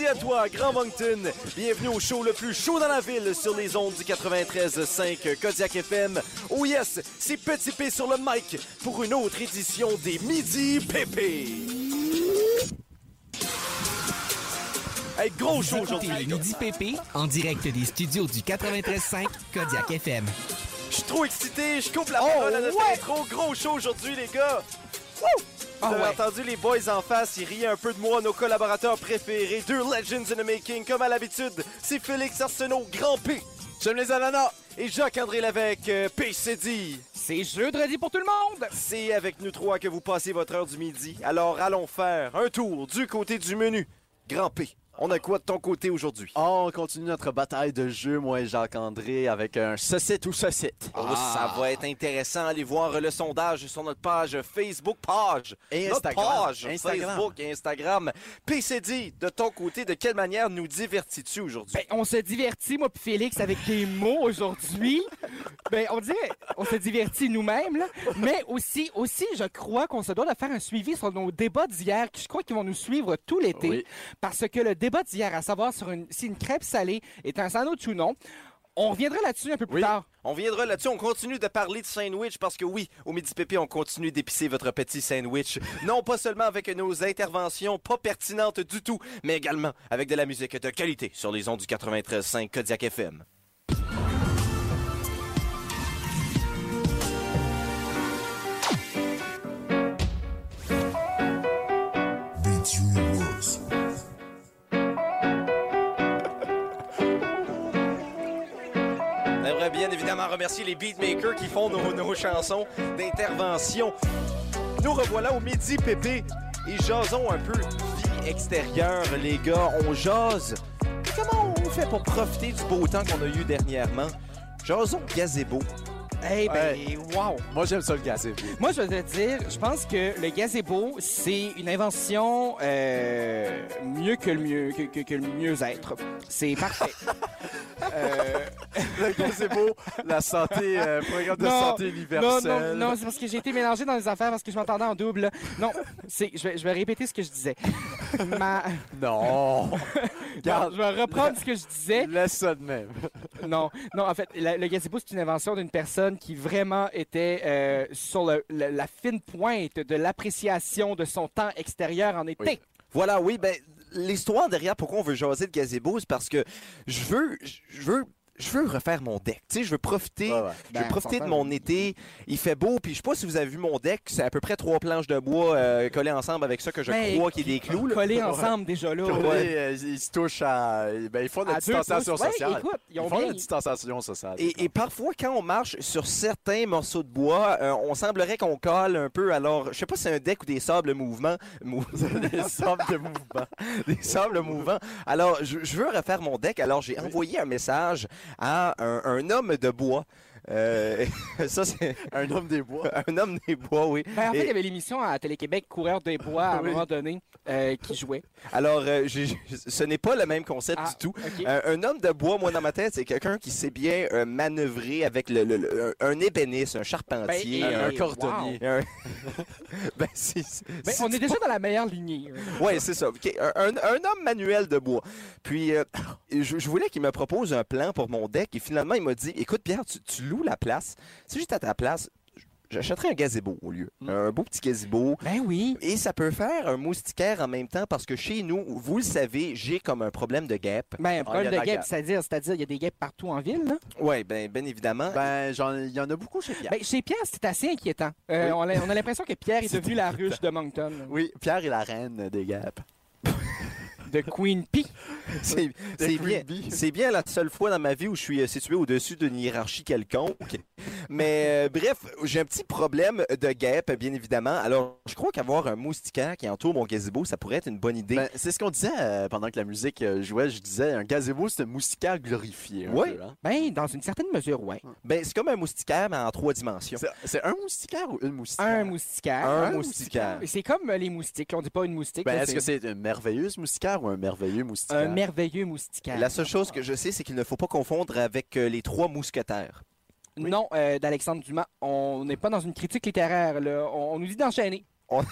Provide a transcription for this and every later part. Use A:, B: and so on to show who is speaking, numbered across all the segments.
A: Euh, toi, Grand Moncton. Bienvenue au show le plus chaud dans la ville sur les ondes du 93.5 Kodiak FM. Oh yes, c'est Petit P sur le mic pour une autre édition des Midi PP. Hey, gros show aujourd'hui.
B: Écoutez le Midi PP en direct des studios du 93.5 Kodiak FM.
A: Je suis trop excité, je coupe la
C: Oh,
A: parole à notre intro. Gros show aujourd'hui, les gars. Wouh!
C: Ah
A: Vous avez
B: ouais.
A: entendu les boys en face, ils riaient un peu de moi, nos collaborateurs préférés, deux legends in the making, comme à l'habitude, c'est Félix Arsenault, Grand P, j'aime les ananas, et Jacques-André Lévesque, euh, PCD.
C: C'est jeudi pour tout le monde!
A: C'est avec nous trois que vous passez votre heure du midi, alors allons faire un tour du côté du menu. Grand P, on a quoi de ton côté aujourd'hui?
D: Oh, on continue notre bataille de jeu, moi et Jacques-André, avec un saucite ou saucite.
C: Ah.
A: Oh,
D: Ah.
A: ça va être intéressant. Allez voir le sondage sur notre page Facebook, page.
D: Et
A: Notre
D: Instagram.
A: page
D: Instagram.
A: Facebook et Instagram. PCD, de ton côté, de quelle manière nous divertis-tu aujourd'hui?
C: Ben, on se divertit, moi puis Félix, avec des mots aujourd'hui. Ben, on dirait, on se divertit nous-mêmes, là. Mais aussi, aussi, je crois qu'on se doit de faire un suivi sur nos débats d'hier, qui je crois qu'ils vont nous suivre tout l'été.
D: Oui.
C: Parce que le débat d'hier, à savoir sur une, si une crêpe salée est un sandwich ou non, on reviendra là-dessus un peu plus tard.
A: On viendra là-dessus, on continue de parler de sandwich parce que oui, au Midi Pépé, on continue d'épicer votre petit sandwich. Non pas seulement avec nos interventions pas pertinentes du tout, mais également avec de la musique de qualité sur les ondes du 93.5 Kodiak FM. On aimerait bien évidemment remercier les beatmakers qui font nos, nos chansons d'intervention. Nous revoilà au midi, pépé, et jasons un peu vie extérieure, les gars. On jase. Mais comment on fait pour profiter du beau temps qu'on a eu dernièrement? Jasons gazebo.
C: Eh ben, wow!
D: Moi, j'aime ça le gazebo.
C: Moi, je veux dire, je pense que le gazebo, c'est une invention euh, mieux que le mieux que, que- que le mieux-être. C'est parfait. Euh,
D: Le gazebo, la santé, euh, programme de santé
C: non,
D: universelle.
C: non, non, c'est parce que j'ai été mélangé dans les affaires parce que je m'entendais en double. Non, c'est, je vais, je vais répéter ce que je disais. Ma-
D: non.
C: Non, je
D: Garde,
C: vais reprendre ce que je disais.
D: laisse ça de même.
C: Non, non, en fait, la- le gazebo, c'est une invention d'une personne qui vraiment était euh, sur le- le- la fine pointe de l'appréciation de son temps extérieur en été.
D: Oui.
A: Voilà, oui, ben, l'histoire derrière pourquoi on veut jaser de gazebo, c'est parce que je veux, je veux, je veux refaire mon deck. Tu sais, je veux profiter,
D: Ouais, ouais.
A: je veux
C: Ben,
A: profiter de
C: s'entend,
A: mon été. Il fait beau, puis je sais pas si vous avez vu mon deck, c'est à peu près trois planches de bois euh, collées ensemble avec ça que je
C: Ben,
A: crois qu'il est des clous. là.
C: collés ensemble déjà là.
D: Puis, euh, ils se touchent à. Ben, ils font de la
C: À deux
D: distanciation
C: pouces. Ouais,
D: sociale.
C: écoute, ils
D: ils,
C: ont
D: font de
C: bien-
D: la distanciation sociale.
A: Et, et parfois, quand on marche sur certains morceaux de bois, euh, on semblerait qu'on colle un peu. Alors, je sais pas si c'est un deck ou des sables mouvements. mou- des sables de mouvement. Des sables mouvants. Alors, je, je veux refaire mon deck. Alors, j'ai envoyé un message à un, un homme de bois. Euh, ça, c'est
D: Un homme des bois.
A: un homme des bois, oui.
C: Ben, en fait,
A: Et-
C: il y avait l'émission à Télé-Québec, Coureur des bois, à un moment donné, euh, qui jouait.
A: Alors, euh, j'ai- j'ai- ce n'est pas le même concept
C: Ah,
A: du tout.
C: ok.
A: Euh, un homme de bois, moi, dans ma tête, c'est quelqu'un qui sait bien euh, manœuvrer avec le, le- le- un un ébéniste, un charpentier,
C: Ben, et-
A: un
D: un cordonnier.
A: Un- ben, si, si-
C: Ben,
A: si
C: on
A: tu-
C: est déjà dans la meilleure lignée. hein.
A: Ouais, c'est ça. Ok, Un, un- un homme manuel de bois. Puis, euh, je, je voulais qu'il me propose un plan pour mon deck et finalement, il m'a dit Écoute, Pierre, tu, tu loues la place. Si j'étais à ta place, j'achèterais un gazebo au lieu.
C: Mm.
A: Un beau petit gazebo.
C: Ben oui.
A: Et ça peut faire un moustiquaire en même temps parce que chez nous, vous le savez, j'ai comme un problème de guêpe.
C: Ben, un
D: Ah, il y a
C: problème
D: de
C: de
D: la
C: guêpe,
D: guêpe.
C: c'est-à-dire, c'est-à-dire, il y a des guêpes partout en ville, là.
A: Oui, ben, ben évidemment.
D: Ben, j'en- il y en a beaucoup chez Pierre.
C: Ben, chez Pierre, c'est assez inquiétant. Euh, on, a, on a l'impression que Pierre est devenu la ruche de Moncton. là.
D: Oui, Pierre est la reine des guêpes.
C: De Queen Pie.
A: c'est c'est
D: Queen
A: bien,
D: Bee.
A: c'est bien la seule fois dans ma vie où je suis euh, situé au-dessus d'une hiérarchie quelconque. Mais euh, bref, j'ai un petit problème de guêpe, bien évidemment. Alors, je crois qu'avoir un moustiquaire qui entoure mon gazebo, ça pourrait être une bonne idée.
D: Ben, c'est ce qu'on disait euh, pendant que la musique euh, jouait. Je disais, un gazebo, c'est un moustiquaire glorifié. un
A: Ouais.
D: peu, hein.
C: Ben, dans une certaine mesure, ouais.
D: Ah,
A: Ben, c'est comme un moustiquaire, mais en trois dimensions.
D: C'est- C'est un moustiquaire ou une moustiquaire?
C: Un moustiquaire.
A: Un moustiquaire.
C: moustiquaire. C'est comme euh, les moustiques. là, On dit pas une moustique.
D: Ben,
C: là,
D: est-ce que c'est un merveilleux moustiquaire ou un merveilleux moustiquaire?
C: un merveilleux moustiquaire?
A: La seule chose que je sais, c'est qu'il ne faut pas confondre avec euh, les trois mousquetaires.
C: Non, euh, d'Alexandre Dumas, on n'est pas dans une critique littéraire. Là. On, on nous dit d'enchaîner.
A: On-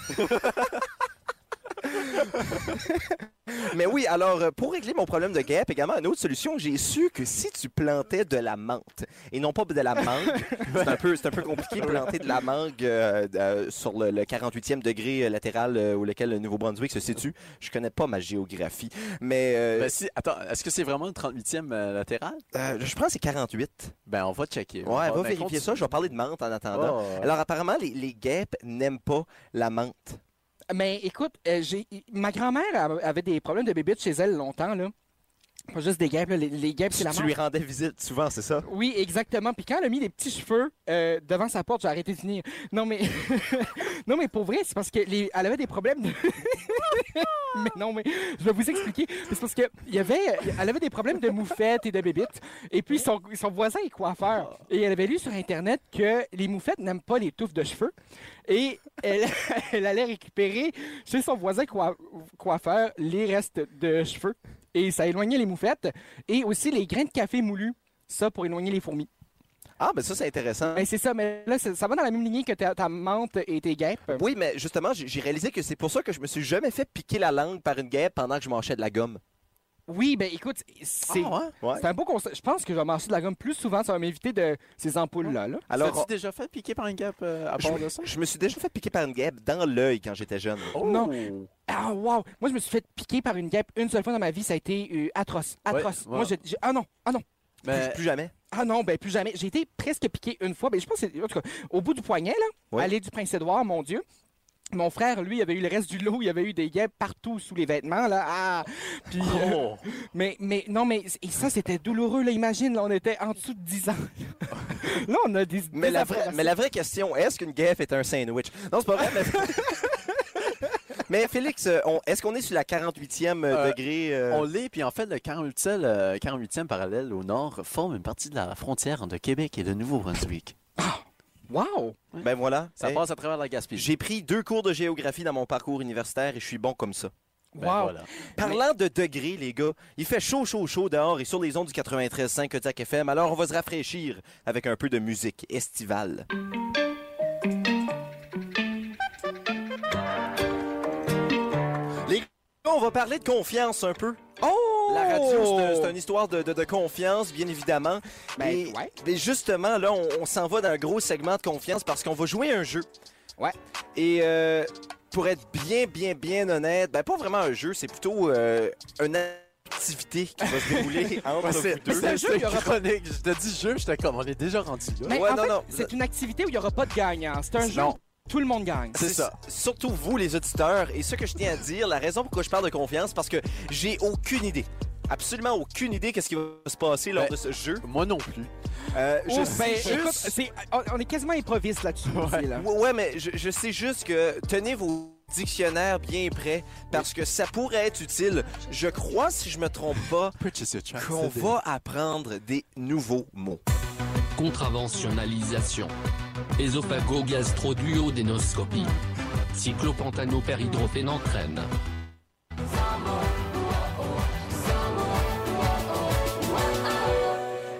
A: Mais oui, alors euh, pour régler mon problème de guêpe, également une autre solution, j'ai su que si tu plantais de la menthe et non pas de la mangue, c'est un peu c'est un peu compliqué de planter de la mangue euh, euh, sur le, le 48e degré euh, latéral euh, où lequel le Nouveau-Brunswick se situe. Je connais pas ma géographie, mais euh,
D: Ben si, attends, est-ce que c'est vraiment le 38e euh, latéral?
A: euh, je pense que c'est 48.
D: Ben, on va checker.
A: Ouais, va
D: ben,
A: vérifier
D: continue.
A: ça, je vais parler de menthe en attendant.
D: Oh, ouais.
A: Alors apparemment les, les guêpes n'aiment pas la menthe.
C: Mais écoute, euh, j'ai- ma grand-mère a- avait des problèmes de bébé chez elle longtemps, là. Pas juste des guêpes, là. Les, les guêpes, c'est
A: Tu,
C: la
A: tu
C: mort.
A: lui rendais visite souvent, c'est ça
C: Oui, exactement. Puis quand elle a mis des petits cheveux euh, devant sa porte, j'ai arrêté de venir. Non, mais... non, mais pour vrai, c'est parce que les... elle avait des problèmes de... mais non, mais je vais vous expliquer. C'est parce que il y avait... elle avait des problèmes de moufettes et de bébites. Et puis son, son voisin est coiffeur. Et elle avait lu sur Internet que les moufettes n'aiment pas les touffes de cheveux. Et elle, elle allait récupérer chez son voisin coi- coiffeur les restes de cheveux. Et ça éloignait les moufettes. Et aussi les grains de café moulus. Ça pour éloigner les fourmis.
A: Ah, ben ça c'est intéressant.
C: Ben, c'est ça, mais là, c'est- ça va dans la même lignée que ta, ta menthe et tes guêpes.
A: Oui, mais justement, j'ai j'ai réalisé que c'est pour ça que je me suis jamais fait piquer la langue par une guêpe pendant que je mangeais de la gomme.
C: Oui, ben écoute, c'est
D: Ah,
A: ah, Ouais.
C: c'est un beau conseil. Je pense que je vais marcher de la gomme plus souvent, ça va m'éviter de ces ampoules-là. là.
A: Alors,
D: T'as-tu déjà fait piquer par une guêpe euh, à
A: je,
D: part de ça?
A: je me suis déjà fait piquer par une guêpe dans l'œil quand j'étais jeune.
C: Non.
D: Oh!
C: Ah, wow! Moi, je me suis fait piquer par une guêpe une seule fois dans ma vie, ça a été euh, atroce. Atroce.
D: ouais.
C: Moi, j'ai- j'ai- Ah non, ah non,
D: Ben,
A: Plus, plus jamais.
C: ah non, ben plus jamais. J'ai été presque piqué une fois, mais je pense que c'est. En tout cas, au bout du poignet, là,
A: Ouais.
C: allée du Prince-Édouard, mon Dieu. Mon frère, lui, avait eu le reste du lot, il avait eu des guêpes partout sous les vêtements, là. Ah! Puis.
D: oh.
C: Mais, mais non, mais et ça, c'était douloureux. Là, imagine, là, on était en dessous de 10 ans. là, on a des.
A: Mais la, vraie, mais la vraie question, est-ce qu'une guêpe est un sandwich? Non, c'est pas vrai, mais... Mais Félix, euh, on- est-ce qu'on est sur la 48e
D: Euh,
A: degré? euh,
D: On l'est, puis en fait, le 48e, euh, 48e parallèle au nord forme une partie de la frontière entre Québec et le Nouveau-Brunswick.
C: Wow!
A: Ben voilà.
D: Ça
A: Hey,
D: passe à travers la Gaspésie.
A: J'ai pris deux cours de géographie dans mon parcours universitaire et je suis bon comme ça.
D: Ben,
C: wow!
D: voilà.
A: Parlant de degrés, les gars, il fait chaud, chaud, chaud dehors et sur les ondes du 93.5 Kodak FM, alors on va se rafraîchir avec un peu de musique estivale. Les gars, on va parler de confiance un peu.
C: Oh!
A: La radio, c'est un- c'est une histoire de, de- de confiance, bien évidemment.
C: Ben,
A: et,
C: ouais.
A: et justement, là, on, on s'en va dans un gros segment de confiance parce qu'on va jouer un jeu.
C: Ouais.
A: Et euh, pour être bien, bien, bien honnête, ben pas vraiment un jeu, c'est plutôt euh, une activité qui va se dérouler
C: Ah,
A: entre vous
D: C'est
A: deux.
C: c'est un jeu, il y aura
D: chronique. Je te dis jeu, j'étais comme, on est déjà rendu là.
C: Mais
A: Ouais,
C: en
A: non,
C: fait,
A: non.
C: c'est une activité où il n'y aura pas de gagnant. C'est un jeu
D: Non.
C: où tout le monde gagne.
D: C'est ça.
A: Surtout vous, les auditeurs. Et ce que je tiens à dire, la raison pourquoi je parle de confiance, parce que j'ai aucune idée. Absolument aucune idée qu'est-ce qui va se passer lors
D: Ben,
A: de ce jeu.
D: Moi non plus.
A: Euh,
C: Oh,
A: sais
C: ben,
A: juste-
C: écoute, c'est- on, on est quasiment improviste là-dessus. aussi, là.
A: Ouais, ouais, mais je, je sais juste que tenez vos dictionnaires bien prêts parce que ça pourrait être utile. Je crois, si je me trompe pas,
D: Purchase your chance.
A: qu'on va apprendre des nouveaux mots.
E: Contraventionnalisation. Ésophago-gastroduodénoscopie. Cyclopantanopéridrophénanthrène.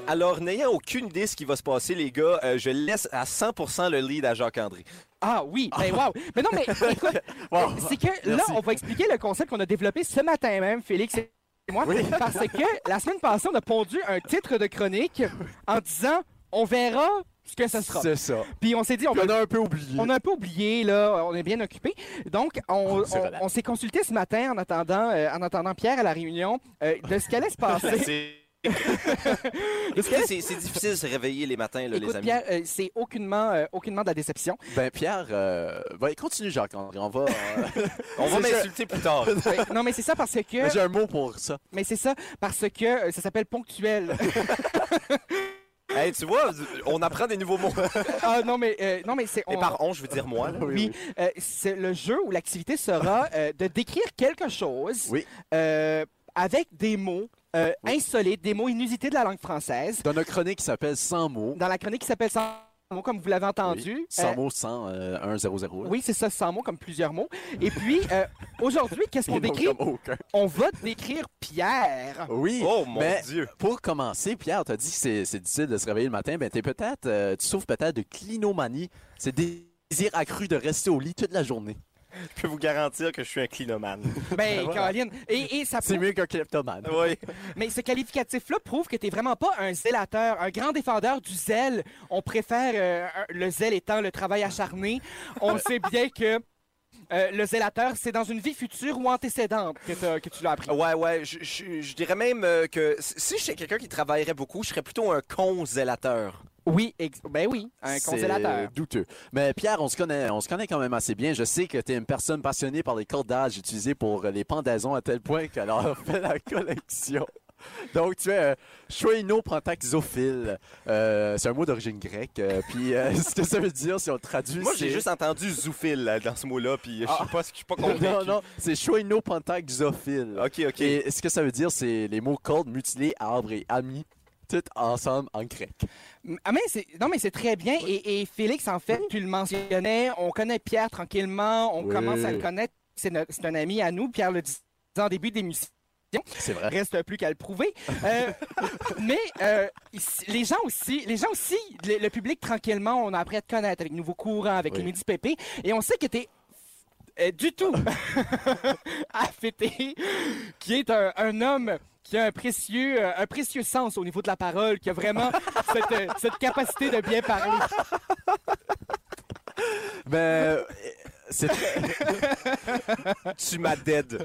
A: Alors, n'ayant aucune idée ce qui va se passer, les gars, euh, je laisse à 100% le lead à Jacques-André.
C: Ah oui, ben wow! Mais non, mais écoute,
D: Wow.
C: c'est que là,
D: Merci.
C: on va expliquer le concept qu'on a développé ce matin même, Félix et moi, parce que la semaine passée, on a pondu un titre de chronique en disant « On verra ce que ce sera ».
D: C'est ça.
C: Puis on s'est dit, on,
D: Puis
C: va-
D: on a un peu oublié.
C: on a un peu oublié, là, on est bien occupé. Donc, on,
D: C'est
C: on-
D: relax.
C: on s'est consulté ce matin en attendant, euh, en attendant Pierre à la réunion euh, de ce qu'allait se
D: Ben,
C: passer.
A: Écoutez, C'est c'est difficile de se réveiller les matins, là, les
C: Écoute,
A: amis.
C: Pierre, euh, c'est aucunement, euh, aucunement de la déception.
D: Ben, Pierre, euh, ben, continue, Jacques-André. On va. euh,
A: On va
D: c'est ça.
A: m'insulter plus tard.
C: Ouais, non, mais c'est ça parce que...
D: J'ai un mot pour ça.
C: Mais c'est ça parce que euh, ça s'appelle ponctuel.
A: Hey, tu vois, on apprend des nouveaux mots.
C: ah non, mais, euh, non, mais c'est...
A: Et
C: on-
A: par on, je veux dire moi. là.
C: Oui, euh, c'est le jeu où l'activité sera euh, de décrire quelque chose
D: Oui.
C: euh, avec des mots euh, insolites, des mots inusités de la langue française.
D: Dans notre chronique qui s'appelle 100 mots.
C: Dans la chronique qui s'appelle 100 mots, comme vous l'avez entendu.
D: Oui.
C: Euh,
D: 100 mots, 100, euh, 1, 0, 0.
C: oui, c'est ça, 100 mots, comme plusieurs mots. Et puis, euh, aujourd'hui, qu'est-ce qu'on
D: on
C: décrit?
D: Comme aucun.
C: On va décrire Pierre.
D: Oui.
A: Oh mon
D: mais-
A: Dieu.
D: Pour commencer, Pierre, t'as dit que c'est c'est difficile de se réveiller le matin. Ben, t'es peut-être, euh, tu souffres peut-être de clinomanie. C'est désir accru de rester au lit toute la journée.
A: Je peux vous garantir que je suis un clinomane.
C: Ben,
A: voilà.
C: Caroline. Et, et ça
D: C'est
C: prouve-
D: mieux qu'un kleptomane.
A: oui.
C: Mais ce qualificatif-là prouve que t'es vraiment pas un zélateur, un grand défendeur du zèle. On préfère euh, un- le zèle étant le travail acharné. On sait bien que euh, le zélateur, c'est dans une vie future ou antécédente que, t'as- que tu l'as appris.
A: Ouais, ouais. Je, je- je dirais même euh, que si- si j'étais quelqu'un qui travaillerait beaucoup, je serais plutôt un con zélateur.
C: Oui, ex- ben oui, un
D: C'est
C: congélateur.
D: douteux. Mais Pierre, on se connaît, on se connaît quand même assez bien. Je sais que tu es une personne passionnée par les cordages utilisés pour euh, les pendaisons à tel point qu'elle en fait la collection. Donc, tu es euh, choénoprentaxophile. Euh, c'est un mot d'origine grecque. euh, Puis, euh, ce que ça veut dire, si on le traduit,
A: Moi, j'ai
D: c'est- Ah.
A: juste entendu zouphile là, dans ce mot-là, puis je sais pas, je suis pas convaincu.
D: Non, non, c'est choénoprentaxophile.
A: Ok, ok.
D: Et ce que ça veut dire, c'est les mots corde, mutilé, arbre et ami, tout ensemble en grec.
C: Ah, mais c'est- non, mais c'est très bien. Et, et Félix, en fait, tu le mentionnais, on connaît Pierre tranquillement, on
D: Oui.
C: commence à le connaître. C'est no- c'est un ami à nous. Pierre le disait en début d'émission.
D: C'est vrai.
C: Reste plus qu'à le prouver. Euh, mais euh, ici- les gens aussi, les gens aussi, le, le public tranquillement, on a appris à te connaître avec Nouveau Courant, avec
D: Oui.
C: les Midi Pépé, et on sait que t'es euh, du tout affêté, qui est un, un homme qui a un précieux, euh, un précieux sens au niveau de la parole, qui a vraiment cette, euh, cette capacité de bien parler.
D: Mais euh, c'est
A: Tu m'as dead.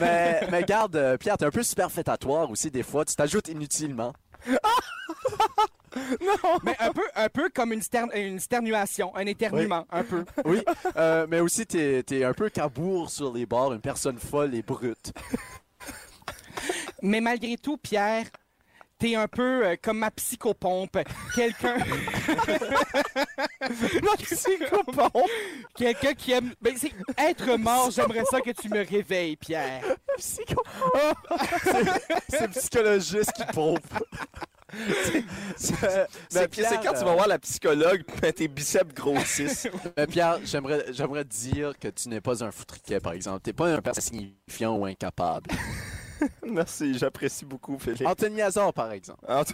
D: mais, mais garde, euh, Pierre, t'es un peu superfétatoire aussi des fois. Tu t'ajoutes inutilement.
C: Mais un peu, un peu comme une, stern- une sternuation, un éternuement, un peu.
D: Oui, euh, mais aussi t'es t'es un peu cabourg sur les bords, une personne folle et brute.
C: Mais malgré tout, Pierre, t'es un peu euh, comme ma psychopompe. Quelqu'un. ma psychopompe! Quelqu'un qui aime. Ben, c'est être mort, j'aimerais ça que tu me réveilles, Pierre.
D: C'est psychologiste qui pompe. C'est
A: C'est c'est quand tu vas voir la psychologue, ben, tes biceps grossissent.
D: Euh, Pierre, j'aimerais j'aimerais dire que tu n'es pas un foutriquet, par exemple. T'es pas un personne signifiant ou incapable.
A: Merci, j'apprécie beaucoup, Félix.
D: Anthony Hazard, par exemple.
A: En tout-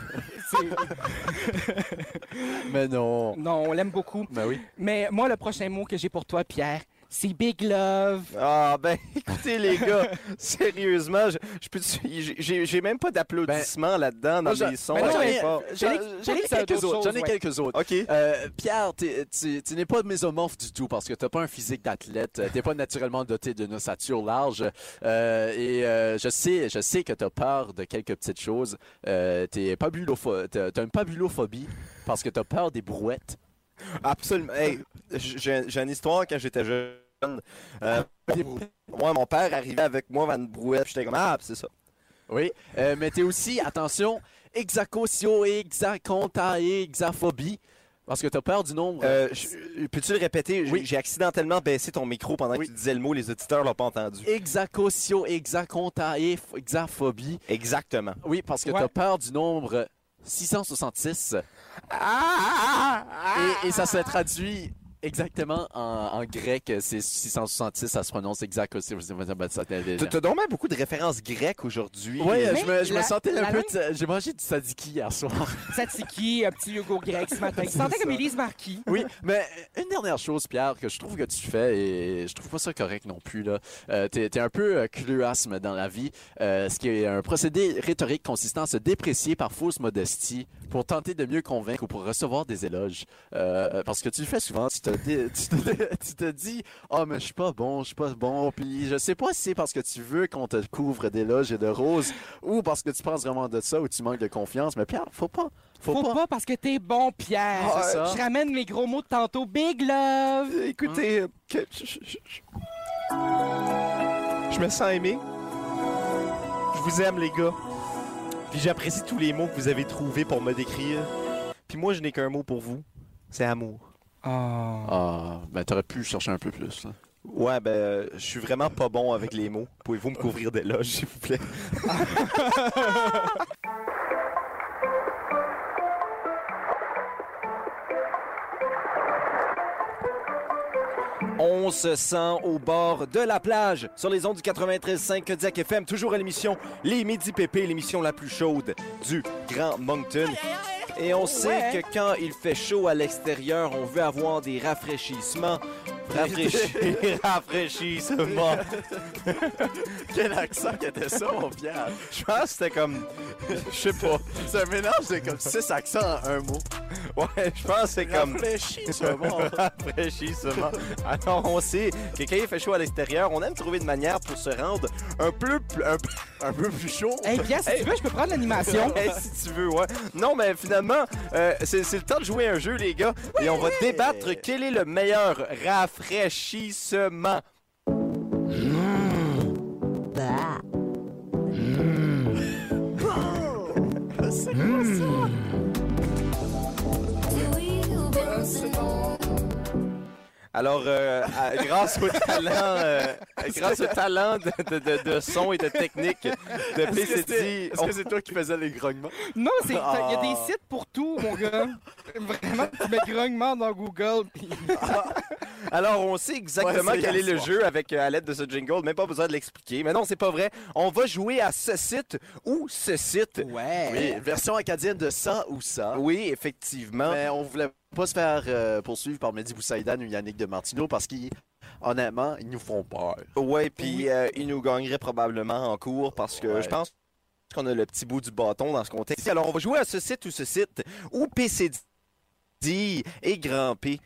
D: Mais non.
C: Non, on l'aime beaucoup.
D: Ben oui.
C: Mais moi, le prochain mot que j'ai pour toi, Pierre, c'est Big Love.
A: Ah ben écoutez les gars, sérieusement, je, je peux j'ai- j'ai j'ai même pas d'applaudissements là-dedans dans
D: Ben, Moi, j'en-
A: les sons.
C: ben
A: à
C: non,
A: chaque
C: mais-
A: fois.
D: J'en
C: Félix-
D: j'en ai
C: Félix, c'est autre
D: quelques autres. J'en
C: chose,
D: ai
C: ouais.
D: quelques autres.
A: OK.
D: Euh, Pierre, t'es- tu, tu n'es pas mésomorphe du tout parce que t'as pas un physique d'athlète, euh, t'es pas naturellement doté d'une ossature large euh, et euh, je sais, je sais que t'as peur de quelques petites choses. Euh, t'es pabulopho- t'as t'as une pabulophobie parce que t'as peur des brouettes.
A: Absolument. Hey, j'ai j'ai une histoire quand j'étais jeune. Euh, moi, mon père arrivait avec moi dans une brouette, puis j'étais comme ah, c'est ça.
D: Oui, euh, mais t'es aussi, attention, hexacotio et hexaconta et hexaphobie parce que t'as peur du nombre.
A: Euh, je- Peux-tu le répéter J'ai-
D: Oui.
A: J'ai accidentellement baissé ton micro pendant que
D: Oui.
A: tu disais le mot, les auditeurs l'ont pas entendu.
D: Hexacotio, hexaconta et hexaphobie.
A: Exactement.
D: Oui, parce que
C: Ouais.
D: t'as peur du nombre 666. Ah,
C: Ah!
D: et, et ça se traduit exactement en, en grec. C'est 666, ça se prononce exact. aussi. ben,
A: T'as t'as donc même beaucoup de références grecques aujourd'hui. Euh,
D: Ouais,
C: Mais
D: je me, je me
C: la-
D: sentais un
C: la
D: peu.
C: langue-
D: de- J'ai mangé du sadiki hier soir.
C: Satiki, un petit Hugo Grec ce matin. Tu sentais comme Élise Marquis.
D: oui, mais euh, une dernière chose, Pierre, que je trouve que tu fais et je trouve pas ça correct non plus. Là, Euh, t'es t'es un peu euh, cruasme dans la vie, euh, ce qui est un procédé rhétorique consistant à se déprécier par fausse modestie pour tenter de mieux convaincre ou pour recevoir des éloges. Euh, parce que tu le fais souvent, tu te, dé- tu te, tu te dis Oh, mais je suis pas bon, je suis pas bon. Puis je sais pas si c'est parce que tu veux qu'on te couvre d'éloges et de roses ou parce que tu penses vraiment de ça ou tu manques de confiance. Mais Pierre, faut pas. Faut,
C: Faut
D: pas.
C: pas parce que t'es bon, Pierre.
D: Ah, c'est ça.
C: Je ramène mes gros mots de tantôt. Big Love!
A: Écoutez, que- je, je- je- je- je me sens aimé. Je vous aime, les gars. Puis j'apprécie tous les mots que vous avez trouvés pour me décrire. Puis moi, je n'ai qu'un mot pour vous. C'est amour.
C: Oh.
D: Ah, ben t'aurais pu chercher un peu plus. Là.
A: Ouais, ben, euh, je suis vraiment pas bon avec les mots. Pouvez-vous me couvrir des loges, s'il vous plaît? On se sent au bord de la plage sur les ondes du 93.5 Kodiak FM, toujours à l'émission Les Midi Pépé, l'émission la plus chaude du Grand Moncton. Et on sait
C: Ouais.
A: que quand il fait chaud à l'extérieur, on veut avoir des rafraîchissements. Rafraîchis, rafraîchis, ce mot.
D: Quel accent qui était ça, mon Pierre?
A: Je pense que c'était comme.
D: Je sais pas. C'est un mélange de comme six accents en un mot.
A: Ouais, je pense que c'est comme.
D: Rafraîchi, ce monde.
A: Rafraîchissement. Alors, Ah on sait que quand il fait chaud à l'extérieur, on aime trouver une manière pour se rendre un peu, plus- un, peu-
D: Un peu plus chaud.
C: Hey, Pierre, si tu veux, je peux prendre l'animation.
A: Hey, si tu veux, ouais. Non, mais finalement, euh, c'est c'est le temps de jouer à un jeu, les gars. Et on va débattre quel est le meilleur rafraîchissement.
D: C'est quoi ça?
A: Alors, euh, à- grâce au talent, euh, grâce au talent de, de- de- de son et de technique de
D: Est-ce que c'est
A: PCT,
D: est-ce
A: on
D: que c'est toi qui faisais les grognements?
C: Non, c'est- il y a des
D: Ah.
C: sites pour tout, mon gars. Vraiment, tu mets grognement dans Google. puis-
A: Alors, on sait exactement
D: Ouais, c'est
A: quel est
D: hier
A: le
D: soir.
A: jeu avec, euh, à l'aide de ce jingle, même pas besoin de l'expliquer. Mais non, c'est pas vrai. On va jouer à ce site ou ce site.
C: Ouais.
D: Oui, version acadienne de ça ou ça.
A: Oui, effectivement.
D: Mais on voulait pas se faire euh, poursuivre par Mehdi Boussaïdan ou Yannick de Martino parce qu'ils, honnêtement, ils nous font peur.
A: Ouais, puis euh, il nous gagnerait probablement en cours parce que
D: Ouais.
A: je pense qu'on a le petit bout du bâton dans ce contexte. Alors, on va jouer à ce site ou ce site où PCD et Grand P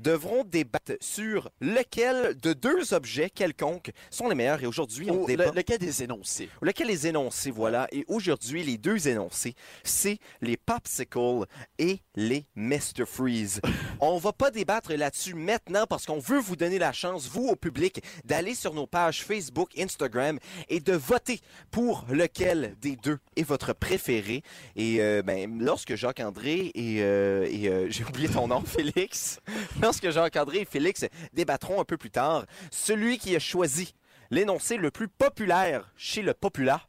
A: devront débattre sur lequel de deux objets quelconques sont les meilleurs. Et aujourd'hui, on
D: Ou
A: débat...
D: le, le cas des énoncés.
A: Lequel les énoncés, voilà. Et aujourd'hui, les deux énoncés, c'est les popsicles et les Mr. Freeze. On va pas débattre là-dessus maintenant parce qu'on veut vous donner la chance, vous au public, d'aller sur nos pages Facebook, Instagram et de voter pour lequel des deux est votre préféré. Et euh, ben, lorsque Jacques-André et, euh, et, euh, j'ai oublié ton nom, Félix, lorsque Jacques-André et Félix débattront un peu plus tard, celui qui a choisi l'énoncé le plus populaire chez le popula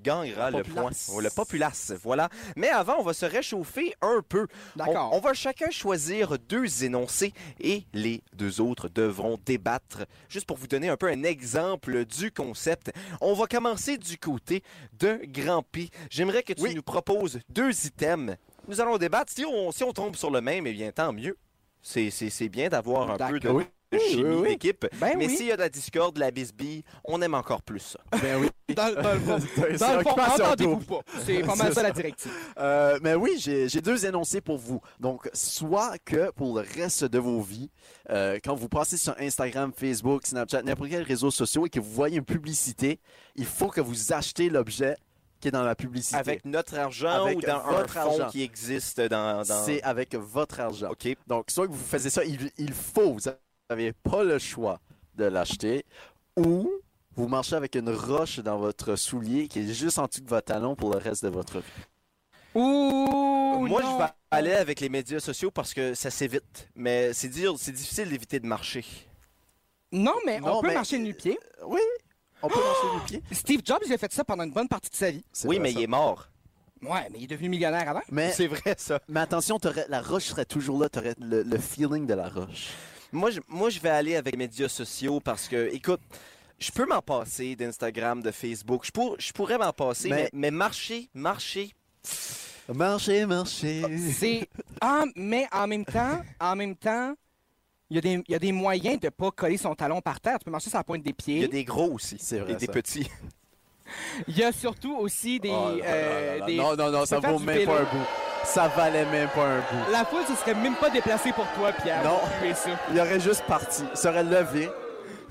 A: gagnera le point.
D: populace.
A: Oh, le populace, voilà. Mais avant, on va se réchauffer un peu.
C: D'accord.
A: On, on va chacun choisir deux énoncés et les deux autres devront débattre. Juste pour vous donner un peu un exemple du concept, on va commencer du côté de Grand P. J'aimerais que tu
D: Oui.
A: nous proposes deux items. Nous allons débattre. Si on, si on tombe sur le même, eh bien, tant mieux. C'est- C'est c'est bien d'avoir un peu de,
D: D'accord.
A: de
D: Oui,
A: chimie
D: oui, oui.
A: d'équipe.
C: Ben
A: Mais
C: oui.
A: s'il y a de la discorde, de la bisbille, on aime encore plus ça.
D: Ben oui.
C: Dans, dans le fond,
D: C'est
C: dans le fond,
D: occupation
C: entendez-vous
D: double.
C: pas. C'est pas mal ça la directive.
D: Euh, mais oui, j'ai j'ai deux énoncés pour vous. Donc, soit que pour le reste de vos vies, euh, quand vous passez sur Instagram, Facebook, Snapchat, n'importe quel réseau social et que vous voyez une publicité, il faut que vous achetez l'objet qui est dans la publicité.
A: Avec notre argent
D: Avec
A: ou dans un
D: votre
A: fonds
D: argent.
A: qui existe dans... dans-
D: C'est avec votre argent.
A: OK.
D: Donc, soit que vous faisiez ça, il, il faut, vous n'avez pas le choix de l'acheter, ou vous marchez avec une roche dans votre soulier qui est juste en dessous de votre talon pour le reste de votre vie.
C: Ouh,
A: Moi,
C: non.
A: je vais aller avec les médias sociaux parce que ça s'évite. Mais c'est dire, c'est difficile d'éviter de marcher.
C: Non, mais
D: Non,
C: on peut
D: mais-
C: marcher nu pied.
D: Euh, Oui, on peut marcher du pied.
C: Steve Jobs, il a fait ça pendant une bonne partie de sa vie.
A: Oui, mais il est mort.
C: Ouais, mais il est devenu millionnaire avant.
D: Mais,
A: C'est vrai, ça.
D: mais attention, t'aurais- la roche serait toujours là, tu aurais le, le feeling de la roche.
A: Moi, je, moi, je vais aller avec les médias sociaux parce que, écoute, je peux m'en passer d'Instagram, de Facebook. Je, pour- je pourrais m'en passer, mais,
D: Mais-
A: mais marcher, marcher.
D: Marcher, marcher.
C: C'est. Ah, mais en même temps, en même temps, il y, a des- il y a des moyens de pas coller son talon par terre. Tu peux marcher sur la pointe des
A: Il y
C: pieds.
A: a des gros aussi.
D: C'est vrai,
A: Et des
D: ça.
A: petits.
C: Il y, a surtout aussi des.
D: Oh là là
C: euh,
D: là là.
C: des-
D: Non, non, non, ça
C: faire
D: vaut
C: du
D: même
C: vélo.
D: pas un bout. Ça valait même pas un bout.
C: La foule, ce serait même pas déplacée pour toi, Pierre.
D: Non.
C: Tu es ça.
D: Il aurait juste parti. Il serait levé.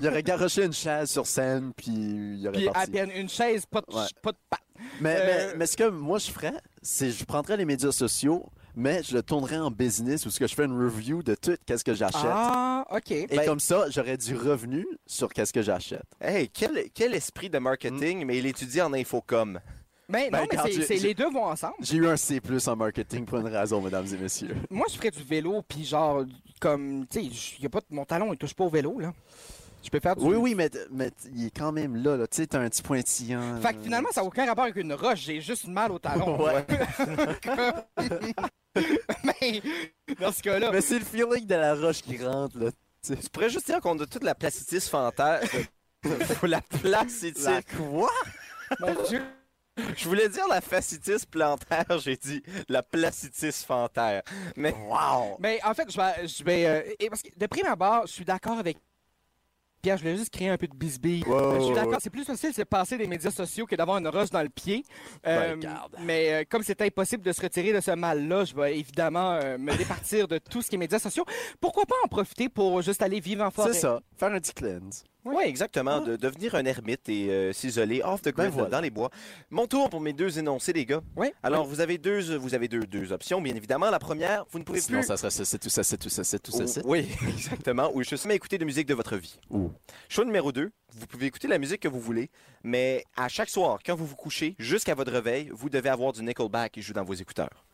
D: Il aurait garoché une chaise sur scène, puis il aurait
C: Puis à
D: parti.
C: peine une chaise, pas de,
D: Ouais.
C: pas de patte.
D: Mais,
C: Euh,
D: mais, mais ce que moi je ferais, c'est je prendrais les médias sociaux, mais je le tournerais en business ou ce que je fais une review de tout qu'est-ce que j'achète.
C: Ah, OK.
D: Et
A: ben-
D: comme ça, j'aurais du revenu sur qu'est-ce que j'achète.
A: Hey, quel, quel esprit de marketing,
D: Mm.
A: mais il étudie en infocom.
C: Mais
D: Ben,
C: non, mais
D: regarde,
C: c'est-
D: j'ai-
C: c'est-
D: j'ai-
C: les deux vont ensemble.
D: J'ai eu un C+ en marketing pour une raison, mesdames et messieurs.
C: Moi, je ferais du vélo, puis genre, comme, tu sais, j- y a pas de- mon talon, il touche pas au vélo, là. Je peux faire du
D: Oui, oui, mais, mais il est quand même là, là. tu sais, t'as un petit pointillant.
C: Fait que finalement, ça n'a aucun rapport avec une roche, j'ai juste mal au talon.
D: Ouais.
C: Mais dans ce cas-là,
D: Mais c'est le feeling de la roche qui rentre, là.
A: Tu pourrais juste dire qu'on a toute la placitis fantasme. la placitis.
D: La quoi?
C: mon Dieu,
A: Je voulais dire la fascitis plantaire, j'ai dit la placitis fantaire. Mais wow!
C: Mais en fait, je vais. Je vais euh, et parce que de prime abord, je suis d'accord avec. Pierre, je voulais juste créer un peu de bisbille.
A: Ouais,
C: je
A: ouais,
C: suis
A: ouais.
C: d'accord, c'est plus facile de se passer des médias sociaux que d'avoir une roche dans le pied. Euh,
D: garde.
C: mais euh, comme c'était impossible de se retirer de ce mal-là, je vais évidemment euh, me départir de tout ce qui est médias sociaux. Pourquoi pas en profiter pour juste aller vivre en forêt?
D: C'est ça. Faire un petit cleanse.
A: Oui, exactement. De devenir un ermite et euh, s'isoler off the grid
D: Ben voilà.
A: dans les bois. Mon tour pour mes deux énoncés, les gars.
C: Oui.
A: Alors, vous avez deux, vous avez deux, deux options, bien évidemment. La première, vous ne pouvez
D: Sinon,
A: plus.
D: ça serait ça, c'est tout ça, c'est tout ça, c'est tout ça, c'est.
A: Ou- oui, exactement. Ou je suis jamais écouter de musique de votre vie.
D: Ouh.
A: Choix numéro 2, vous pouvez écouter la musique que vous voulez, mais à chaque soir, quand vous vous couchez, jusqu'à votre réveil, vous devez avoir du Nickelback qui joue dans vos écouteurs.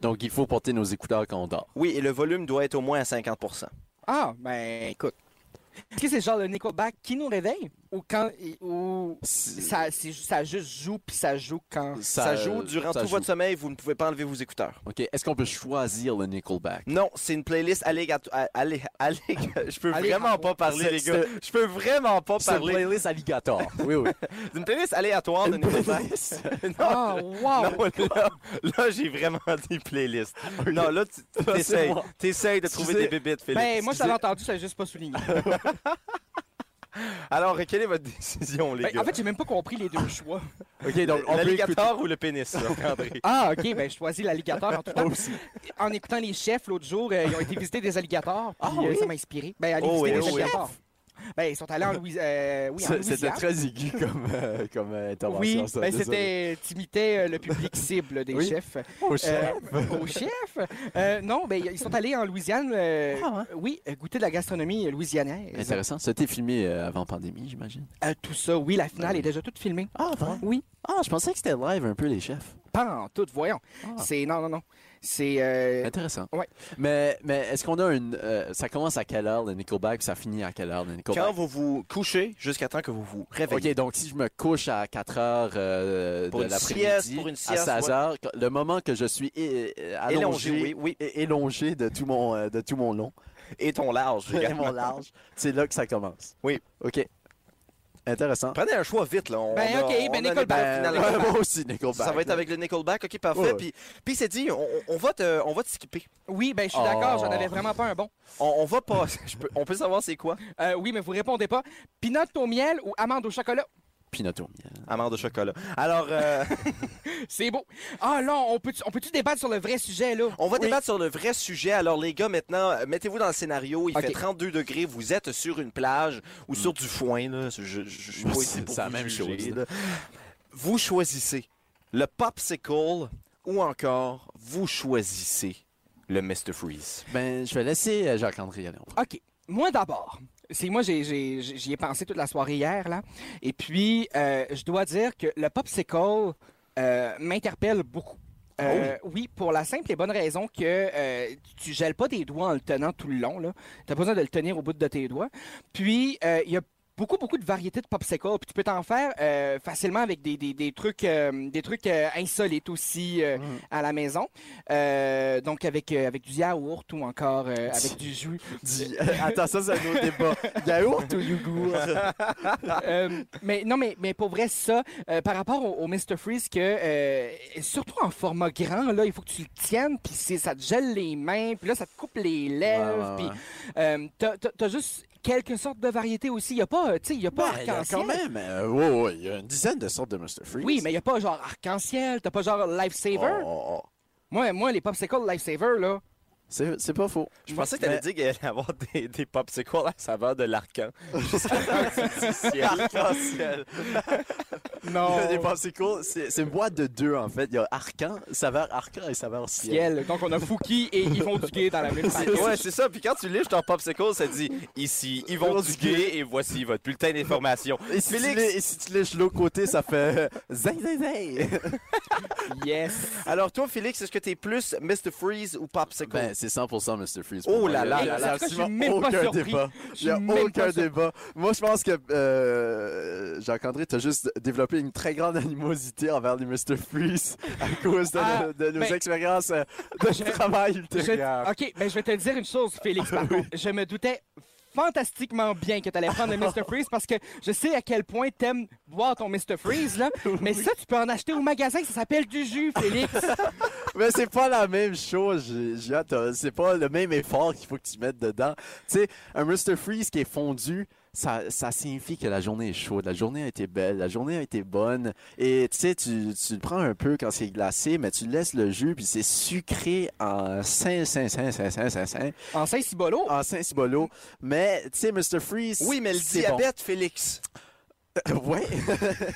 D: Donc, il faut porter nos écouteurs quand on dort.
A: Oui, et le volume doit être au moins à 50
C: Ah, ben écoute. Est-ce que c'est genre le Nickelback qui nous réveille? Ou quand. Ou ça, c'est- ça juste joue, puis ça joue quand.
A: Ça, joue durant
D: ça
A: tout
D: joue.
A: votre sommeil, vous ne pouvez pas enlever vos écouteurs.
D: OK, est-ce qu'on peut choisir le Nickelback?
A: Non, c'est une playlist allégato... a- allé- allé- Je peux
C: Allé-
A: vraiment pas parler,
D: C'est-
A: les gars. Je peux vraiment pas
D: C'est une
A: parler.
D: playlist alligator. Oui, oui.
A: C'est une playlist aléatoire de Nickelback. non,
C: Ah, wow!
A: non, là, là, j'ai vraiment dit playlist. Non, là, tu
D: c'est
A: t'essayes.
D: moi.
A: T'essayes de trouver
D: Excusez.
A: des bébites, Philippe.
C: Ben, moi, je l'avais entendu, ça l'ai juste pas souligné.
D: Ah,
A: Alors, quelle est votre décision, les
C: Ben,
A: gars?
C: en fait, j'ai même pas compris les deux choix.
D: OK, donc on peut écouter...
A: L'alligator ou le pénis, André?
C: Ah, ok, ben, je choisis l'alligator en tout cas. En écoutant les chefs l'autre jour, euh, ils ont été visiter des alligators. puis,
D: Ah,
C: euh,
D: oui?
C: ça m'a inspiré. Ben, aller
A: Oh,
C: visiter
A: oui,
C: des
A: oh, oui.
C: alligators. Ben, ils sont allés en Louis- euh, oui, en
D: C'est- C'était
C: Louisiane.
D: très aigu comme, euh, comme euh, intervention.
C: Oui,
D: ça,
C: ben,
D: désolé.
C: c'était. T'imitais euh, le public cible des
D: Oui.
C: chefs.
D: Oh, chef.
C: Euh, au chef? Euh, non, ben, ils sont allés en Louisiane, euh, oui, euh, goûter de la gastronomie euh, louisianaise.
D: Intéressant. C'était filmé euh, avant pandémie, j'imagine.
C: Euh, tout ça, oui, la finale est déjà toute filmée.
D: Ah,
C: Oui,
D: Ah, je pensais que c'était live un peu, les chefs.
C: pas en tout, voyons.
D: Ah.
C: C'est, non, non, non, c'est... euh,
D: Intéressant.
C: Ouais.
D: Mais, mais est-ce qu'on a une. euh, ça commence à quelle heure le Nickelback puis ça finit à quelle heure le
A: Quand
D: Nickelback?
A: vous vous couchez jusqu'à temps que vous vous réveillez.
D: Ok, donc si je me couche à 4 heures euh,
A: Pour
D: de
A: une
D: l'après-midi,
A: sieste, pour une sieste,
D: à 16
A: ouais.
D: heures, le moment que je suis é- é- allongé,
A: Élongé, oui, oui.
D: é- élongé de tout mon euh, de tout mon long,
A: Et ton large,
D: de
A: également.
D: mon large, c'est là que ça commence.
A: Oui.
D: Ok. Intéressant.
A: Prenez un choix vite, là. On
C: Ben,
A: a-
C: ok, ben,
A: on a
C: Nickelback.
A: débat
D: Euh,
A: final.
D: ouais, moi aussi Nickelback.
A: Ça va être avec le Nickelback, ok, parfait.
D: Ouais.
A: Puis, puis c'est dit, on, on va te, on va te skipper.
C: Oui, ben, je suis
D: Oh.
C: d'accord, j'en avais vraiment pas un bon.
A: On, on va pas. je peux- on peut savoir c'est quoi
C: Euh, oui, mais vous répondez pas. Pinot au miel ou amande au chocolat?
D: Pinot au miel.
A: Amande au chocolat. Alors, euh,
C: C'est beau. Ah, là, on peut-tu on peut débattre sur le vrai sujet, là?
A: on va
C: Oui.
A: débattre sur le vrai sujet. Alors, les gars, maintenant, euh, mettez-vous dans le scénario. Il
C: Ok.
A: fait 32 degrés. Vous êtes sur une plage ou sur du foin. Là. Je, je- je suis pas
D: C'est-
A: ici pour
D: c'est la
A: vous
D: même
A: juger,
D: chose,
A: là. Vous choisissez le popsicle ou encore vous choisissez le Mr. Freeze.
D: Ben, je vais laisser euh, Jacques-André aller en premier.
C: OK. Moi d'abord. C'est moi, j'ai- j'ai- j'ai- j'y ai pensé toute la soirée hier, là. Et puis, euh, je dois dire que le popsicle euh, m'interpelle beaucoup. Euh, oui, pour la simple et bonne raison que euh, tu gèles pas des doigts en le tenant tout le long. Tu n'as pas besoin de le tenir au bout de tes doigts. Puis, euh, il y a beaucoup, beaucoup de variétés de popsicles. Puis, tu peux t'en faire euh, facilement avec des, des- des trucs, euh, des trucs euh, insolites aussi euh, à la maison. Euh, donc, avec, euh, avec du yaourt ou encore euh, avec du jus.
D: Dis- Attends, ça c'est un autre débat. Yaourt ou yogourt?
C: Euh, mais non, mais, mais pour vrai, ça, euh, par rapport au, au Mr. Freeze, que euh, surtout en format grand, là, il faut que tu le tiennes, puis c'est- ça te gèle les mains, puis là, ça te coupe les lèvres,
D: Ouais, ouais,
C: puis euh, t'as- t'as- t'as juste quelques sortes de variétés aussi. Il n'y a pas, euh, tu sais, il y a pas
D: Ouais, il y a
C: arc-en-ciel.
D: quand même, euh, ouais, ouais, il y a une dizaine de sortes de Mr. Freeze.
C: Oui, mais il n'y a pas genre arc-en-ciel, t'as pas genre lifesaver.
D: Oh, oh, oh.
C: Moi, moi, les popsicles lifesaver, là,
D: C'est c'est pas faux.
A: Je pensais que t'allais
D: Mais-
A: dire qu'il allait avoir des, des popsicles à la saveur de l'arcan.
D: Arc-en-ciel.
C: non.
D: Les popsicles, Oh. c'est c'est une boîte de deux en fait. Il y a arcan, saveur arcan et saveur ciel.
C: Ciel. Donc, on a Fouki et Yvon Duguay dans la même paquet.
A: ouais, c'est ça. Puis quand tu lis ton popsicle, ça dit ici Yvon Duguay et voici votre bulletin d'information.
D: Et si, tu
A: Félix!
D: lè- et si tu lèches l'autre côté, ça fait euh, zing zing zing.
C: Yes.
A: Alors toi, Félix, est-ce que t'es plus Mr. Freeze ou popsicle
D: Ben, c'est 100% Mr. Freeze.
A: Oh
D: pour
A: là
D: moi.
A: là
D: Il y a
A: là là,
C: en tout cas, je suis
D: absolument
C: même pas
D: aucun
C: surpris.
D: débat.
C: Je
D: Il n'y a
C: suis même pas
D: aucun
C: surpris.
D: débat. Moi, je pense que euh, Jacques-André, tu as juste développé une très grande animosité envers les Mr. Freeze à cause de,
C: Ah,
D: nos- de nos
C: ben,
D: expériences euh, de
C: je-
D: travail
C: Je-
D: ultérieures.
C: OK, ben je vais te dire une chose, Félix. par contre. Je me doutais fantastiquement bien que tu allais prendre le Mr. Freeze parce que je sais à quel point t'aimes boire ton Mr. Freeze, là. Mais ça, tu peux en acheter au magasin, ça s'appelle du jus, Félix.
D: Mais c'est pas la même chose, G- Gia, t'as- C'est pas le même effort qu'il faut que tu mettes dedans. Tu sais, un Mr. Freeze qui est fondu, ça, ça signifie que la journée est chaude, la journée a été belle, la journée a été bonne. Et tu sais, tu, tu le prends un peu quand c'est glacé, mais tu laisses le jus, puis c'est sucré en 5, 5, 5, 5, 5, 5, 5,
C: En Saint-Cibolo,
D: en Saint-Cibolo. Mais, tu sais, Mr. Freeze.
A: Oui, mais le
D: c'est bon.
A: diabète, Félix.
D: Ouais.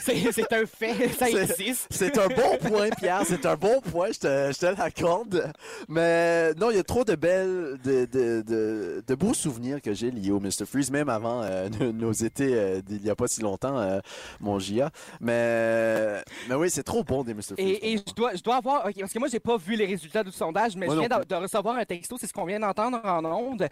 C: c'est c'est un fait, ça
D: C'est-
C: existe.
D: C'est un bon point, Pierre. C'est un bon point, je te, je te l'accorde. Mais non, il y a trop de belles, de, de, de, de beaux souvenirs que j'ai liés au Mr. Freeze, même avant euh, nos- nos étés euh, d'il n'y a pas si longtemps, euh, mon GIA. Mais, mais oui, c'est trop bon des Mr. Freeze.
C: Et, et je, dois, je dois avoir, ok, parce que moi, j'ai pas vu les résultats du sondage, mais
D: Moi
C: je
D: non
C: viens de, de recevoir un texto, c'est ce qu'on vient d'entendre en ondes,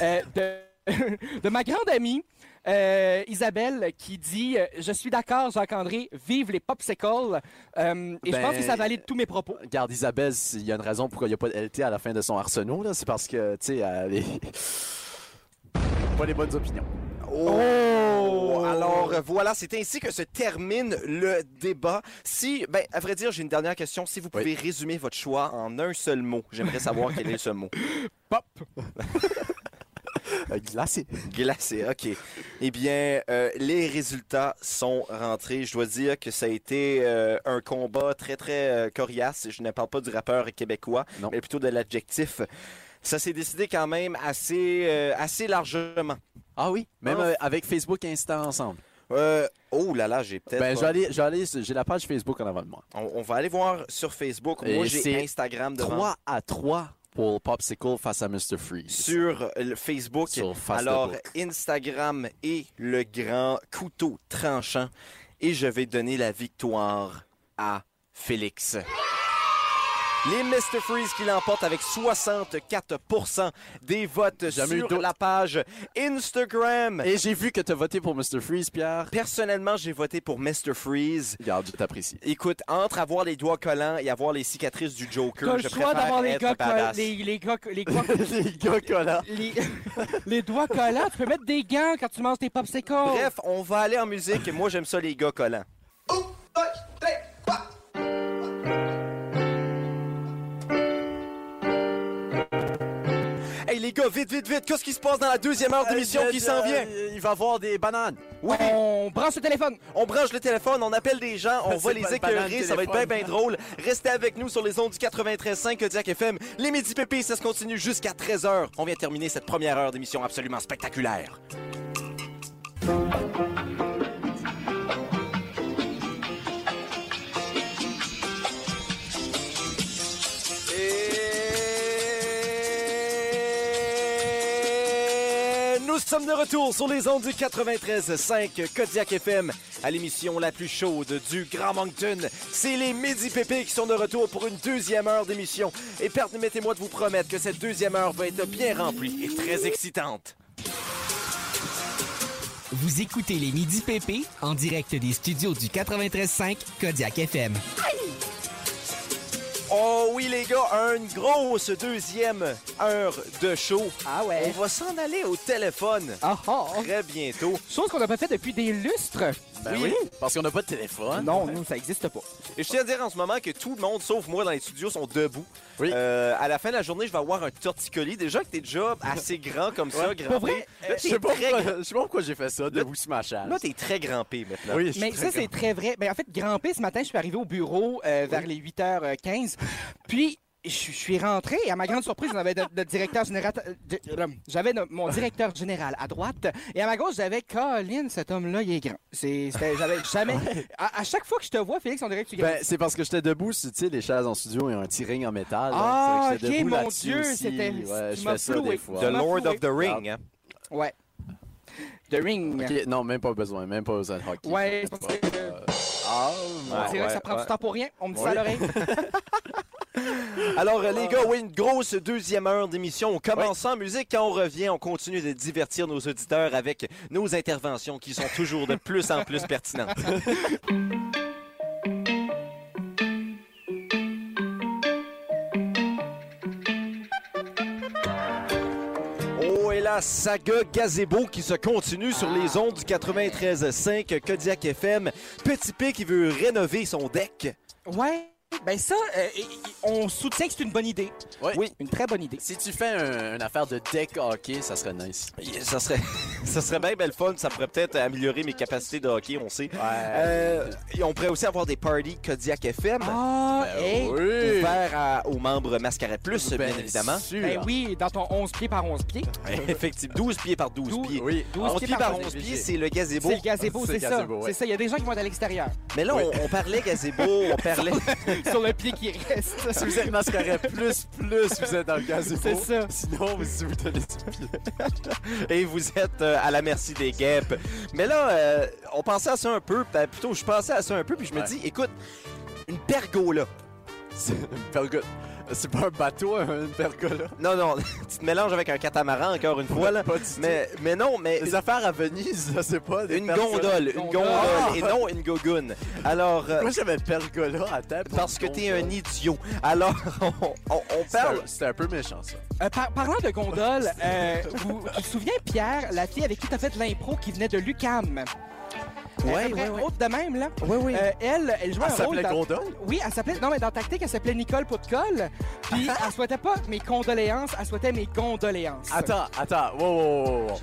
C: euh, de, de ma grande amie euh, Isabelle qui dit euh, Je suis d'accord, Jacques-André, vive les popsicles. Euh, et je pense que ça
D: Ben,
C: valide tous mes propos.
D: Regarde, Isabelle, s'il y a une raison pourquoi il n'y a pas de LT à la fin de son arsenal. là, C'est parce que, tu sais, elle est- pas les bonnes opinions.
A: Oh! Alors euh, voilà, c'est ainsi que se termine le débat. Si, ben, à vrai dire, j'ai une dernière question. Si vous pouvez résumer votre choix en un seul mot, j'aimerais savoir quel est ce mot.
C: Pop.
D: Euh, glacé.
A: Glacé, ok. Eh bien, euh, les résultats sont rentrés. Je dois dire que ça a été euh, un combat très, très euh, coriace. Je ne parle pas du rappeur québécois,
D: Non.
A: mais plutôt de l'adjectif. Ça s'est décidé quand même assez, euh, assez largement.
D: Ah oui, même
A: Ah.
D: euh, avec Facebook et Insta ensemble.
A: Euh, oh là là, j'ai peut-être.
D: Ben, je
A: pas-
D: vais aller- je vais aller sur- j'ai la page Facebook en avant de moi.
A: on, on va aller voir sur Facebook.
D: Et
A: Moi,
D: c'est
A: j'ai Instagram devant.
D: 3 à 3 pour Popsicle face à Mr. Freeze.
A: Sur le Facebook.
D: Sur Facebook.
A: Alors, Instagram est le grand couteau tranchant. Et je vais donner la victoire à Félix. Les Mr. Freeze qui l'emportent avec 64 des votes
D: Jamais eu
A: sur
D: d'autre.
A: la page Instagram. Et
D: Et j'ai vu que t'as voté pour Mr. Freeze, Pierre.
A: personnellement, j'ai voté pour Mr. Freeze.
D: Regarde, je t'apprécie.
A: Écoute, entre avoir les doigts collants et avoir les cicatrices du Joker,
C: T'as
A: je
C: le choix
A: préfère
C: d'avoir les
A: être
C: gars,
A: badass.
C: les, les gars, les gars-
D: Les gars collants.
C: les- les doigts collants. Tu peux mettre des gants quand tu manges tes popsicles.
A: Bref, on va aller en musique. Moi, j'aime ça, les gars collants. Hey les gars, vite, vite, vite, qu'est-ce qui se passe dans la deuxième
C: Euh,
A: heure d'émission qui s'en vient?
D: Il va avoir des bananes.
A: Oui,
C: on branche le téléphone.
A: on branche le téléphone, on appelle des gens, on
D: C'est
A: va les
D: pas le
A: écœurer,
D: banane
A: ça va être bien,
D: téléphone.
A: bien drôle. Restez avec nous sur les ondes du 93.5 Kodiak FM. Les Midi Pépés, ça se continue jusqu'à 13h. On vient de terminer cette première heure d'émission absolument spectaculaire. Et Nous sommes de retour sur les ondes du 93.5 Kodiak FM à l'émission la plus chaude du Grand Moncton. C'est les Midi Pépé qui sont de retour pour une deuxième heure d'émission. Et permettez-moi de vous promettre que cette deuxième heure va être bien remplie et très excitante.
B: Vous écoutez les Midi PP en direct des studios du 93.5 Kodiak FM.
A: Oh oui les gars, une grosse deuxième heure de show.
C: Ah
A: On
C: ouais.
A: va s'en aller au téléphone
C: Ah ah.
A: très bientôt.
C: Chose qu'on n'a pas fait depuis des lustres.
D: oui. Parce qu'on n'a pas de téléphone.
C: Non, non, ça n'existe pas.
A: Et je tiens à dire en ce moment que tout le monde, sauf moi, dans les studios, sont debout.
D: Oui.
A: Euh, à la fin de la journée, je vais avoir un torticolis. Déjà que t'es déjà assez grand comme ça, grand
C: Pour vrai,
A: P. Là,
D: Je
A: t'es
D: sais pas
A: très,
D: pourquoi, je sais pas pourquoi j'ai fait ça, de
A: Là-
D: vous smash
A: là, t'es très grand P maintenant.
D: Oui, je suis
C: Mais
D: très
C: ça, c'est très vrai. Mais en fait, Grand P, ce matin, je suis arrivé au bureau euh, vers les 8h15. Puis, je je suis rentré et à ma grande surprise, on avait notre, notre directeur général. euh, de- euh, J'avais no- mon directeur général à droite et à ma gauche, j'avais Colin, cet homme-là, il est grand. C'est- c'était- J'avais jamais. À, à chaque fois que je te vois, Félix, on dirait que tu
D: Ben, c'est parce que j'étais debout, tu sais, les chaises en studio et un petit ring en métal.
C: Ah,
D: donc c'est vrai que j'étais
C: ok,
D: debout
C: mon
D: là-dessus
C: Dieu,
D: aussi.
C: c'était-
D: Ouais,
C: tu
D: je
C: m'as
D: fais ça
C: floué.
D: des
A: The
D: fois.
C: m'as
A: Lord
C: fourré.
A: of the Ring. hein.
C: Ouais. The Ring.
D: Ben. Ok, non, même pas besoin, même pas besoin de hockey.
C: Ouais, c'est parce que.
D: Ah,
C: on
A: ouais,
C: dirait que
A: ouais,
C: ça prend
A: ouais.
C: du temps pour rien. On me dit ça à l'oreille.
A: Alors, euh, les gars, oui, une grosse deuxième heure d'émission. On commence en musique. Quand on revient, on continue de divertir nos auditeurs avec nos interventions qui sont toujours de plus en plus pertinentes. Oh, et la saga Gazebo qui se continue sur les ondes du 93.5 Kodiak FM. Petit P qui veut rénover son deck.
C: Ouais. Ben ça, euh, et- et- on soutient que c'est une bonne idée.
D: Ouais.
C: Oui, une très bonne idée.
D: Si tu fais un- une affaire de deck hockey, ça serait nice.
A: Ça serait, ça serait bien belle fun. Ça pourrait peut-être améliorer mes capacités de hockey, on sait. Euh, et on pourrait aussi avoir des parties Kodiak FM.
C: Ah,
D: Ben
C: hey.
D: oui.
A: Ouvert à- aux membres Mascaret Plus, bien
D: Ben
A: évidemment.
D: sûr.
C: Ben oui, dans ton 11 pieds par 11 pieds.
A: Effectivement, 12 pieds par 12
C: Dou-
A: pieds.
D: Oui.
C: 12
A: 11 pieds par 11
D: pieds.
A: pieds, c'est le gazebo.
C: C'est le gazebo,
D: C'est
C: c'est
D: le
C: ça.
D: gazebo, ouais.
C: C'est ça, il y a des gens qui vont être à l'extérieur.
A: Mais là, on, on parlait gazebo, on parlait.
C: sur le pied qui reste.
D: Si vous êtes mascaret plus, plus, vous êtes dans le gazebo.
C: C'est ça.
D: Sinon, vous- si vous donnez du pied.
A: et vous êtes euh, à la merci des guêpes. Mais là, euh, on pensait à ça un peu, ben, plutôt je pensais à ça un peu, puis je me
D: Ouais.
A: dis, écoute, une pergola.
D: C'est une pergola. C'est pas un bateau, hein, une pergola.
A: Non, non, tu te mélanges avec un catamaran encore une fois, là.
D: Pas du tout.
A: Mais, mais non, mais
D: Les affaires à Venise, ça, c'est pas des
A: une
D: pergolas. Ah!
A: gondole, une
C: Gondole.
A: gondole, et non une gogoune. Alors, euh,
D: Moi, j'avais pergola à tête.
A: parce que t'es un idiot. Alors, on, on- on parle.
D: C'était un peu méchant, ça.
C: Euh, par- parlant de gondole, euh, vous, tu te souviens, Pierre, la fille avec qui t'as fait de l'impro qui venait de Lucam? Euh,
A: Ouais,
C: après,
A: ouais, ouais.
C: Autre de même, là.
A: Oui, oui.
C: Euh, elle, elle jouait
D: Elle
C: un rôle
D: s'appelait
C: dans...
D: gondole?
C: Oui, elle s'appelait... Non, mais dans Tactique, elle s'appelait Nicole Poutcolle. Puis
D: Ah,
C: elle souhaitait pas mes condoléances, elle souhaitait mes condoléances.
D: Attends, attends, wow, wow, wow, wow.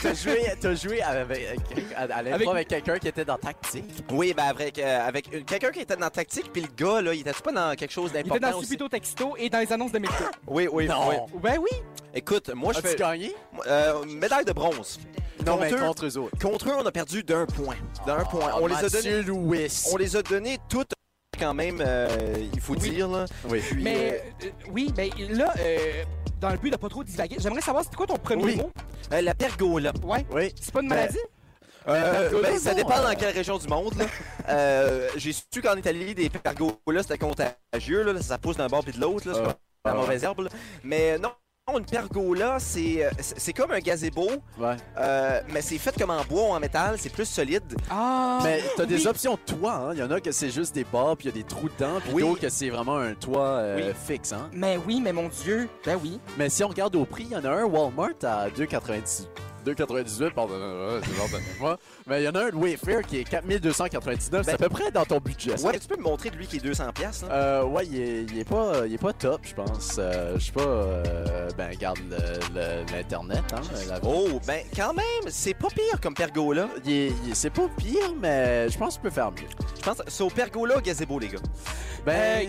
D: T'as joué, t'as joué avec, à, à
C: Avec-
D: l'impro avec, quelqu'un qui était dans Tactique?
A: Oui, ben avec, euh, avec une- quelqu'un qui était dans tactique, puis le gars, là, il était pas dans quelque chose
C: Il était
A: d'important
C: dans
A: aussi?
C: Subito Texto et dans les annonces de métro.
A: Oui, oui,
D: Non.
A: oui.
C: ben oui,
A: Écoute, moi, je
D: As-tu
A: fais...
D: gagné?
A: euh, médaille de bronze.
D: Non, mais
A: Contre eux.
D: contre eux autres.
A: Contre eux, on a perdu d'un point. D'un point. On les, a donné,
D: Mathieu Louis.
A: on les a donné toutes quand même, euh, il faut
C: Oui.
A: dire. Là.
D: Oui.
A: Puis,
C: mais... euh, oui, ben là, euh, dans le but de pas trop divaguer, j'aimerais savoir, c'est quoi ton premier
A: Oui.
C: mot?
A: euh, euh, la pergola.
C: Ouais.
D: Oui.
C: C'est pas une maladie?
A: Euh,
D: pergola,
A: ben, ça
D: non,
A: dépend
D: euh.
A: dans quelle région du monde. là. Euh, J'ai su qu'en Italie, des pergolas, c'était contagieux. Là, ça pousse d'un bord puis de l'autre. là, C'est
D: Ah.
A: pas la mauvaise herbe. là. Mais euh, non, une pergola, c'est euh, c'est c'est comme un gazebo,
D: Ouais.
A: euh, mais c'est fait comme en bois ou en métal. C'est plus solide.
C: Ah!
D: Mais t'as des
C: oui.
D: options de toit, hein. Il y en a que c'est juste des barres, puis il y a des trous dedans, puis
A: Oui.
D: d'autres que c'est vraiment un toit euh, fixe, hein.
C: Mais oui, mais mon Dieu. Ben oui.
D: Mais si on regarde au prix, il y en a un Walmart à 2,98. 2,98, pardon, euh, c'est genre de- moi. Mais il y en a un Wayfair qui est 4299, c'est à
A: Ben-
D: peu près dans ton budget. ça.
A: Ouais, tu peux me montrer de lui qui est 200$. piastres, là?
D: Euh, ouais, il est, il est pas, il est pas top, je pense. Euh, je sais pas, euh, ben, regarde le- le- l'Internet, hein, la-
A: Oh, ben quand même, c'est pas pire comme pergola.
D: Il est- il est- c'est pas pire, mais je pense qu'on peut faire mieux.
A: Je pense c'est au pergola au gazebo, les gars.
C: Euh,
D: Ben,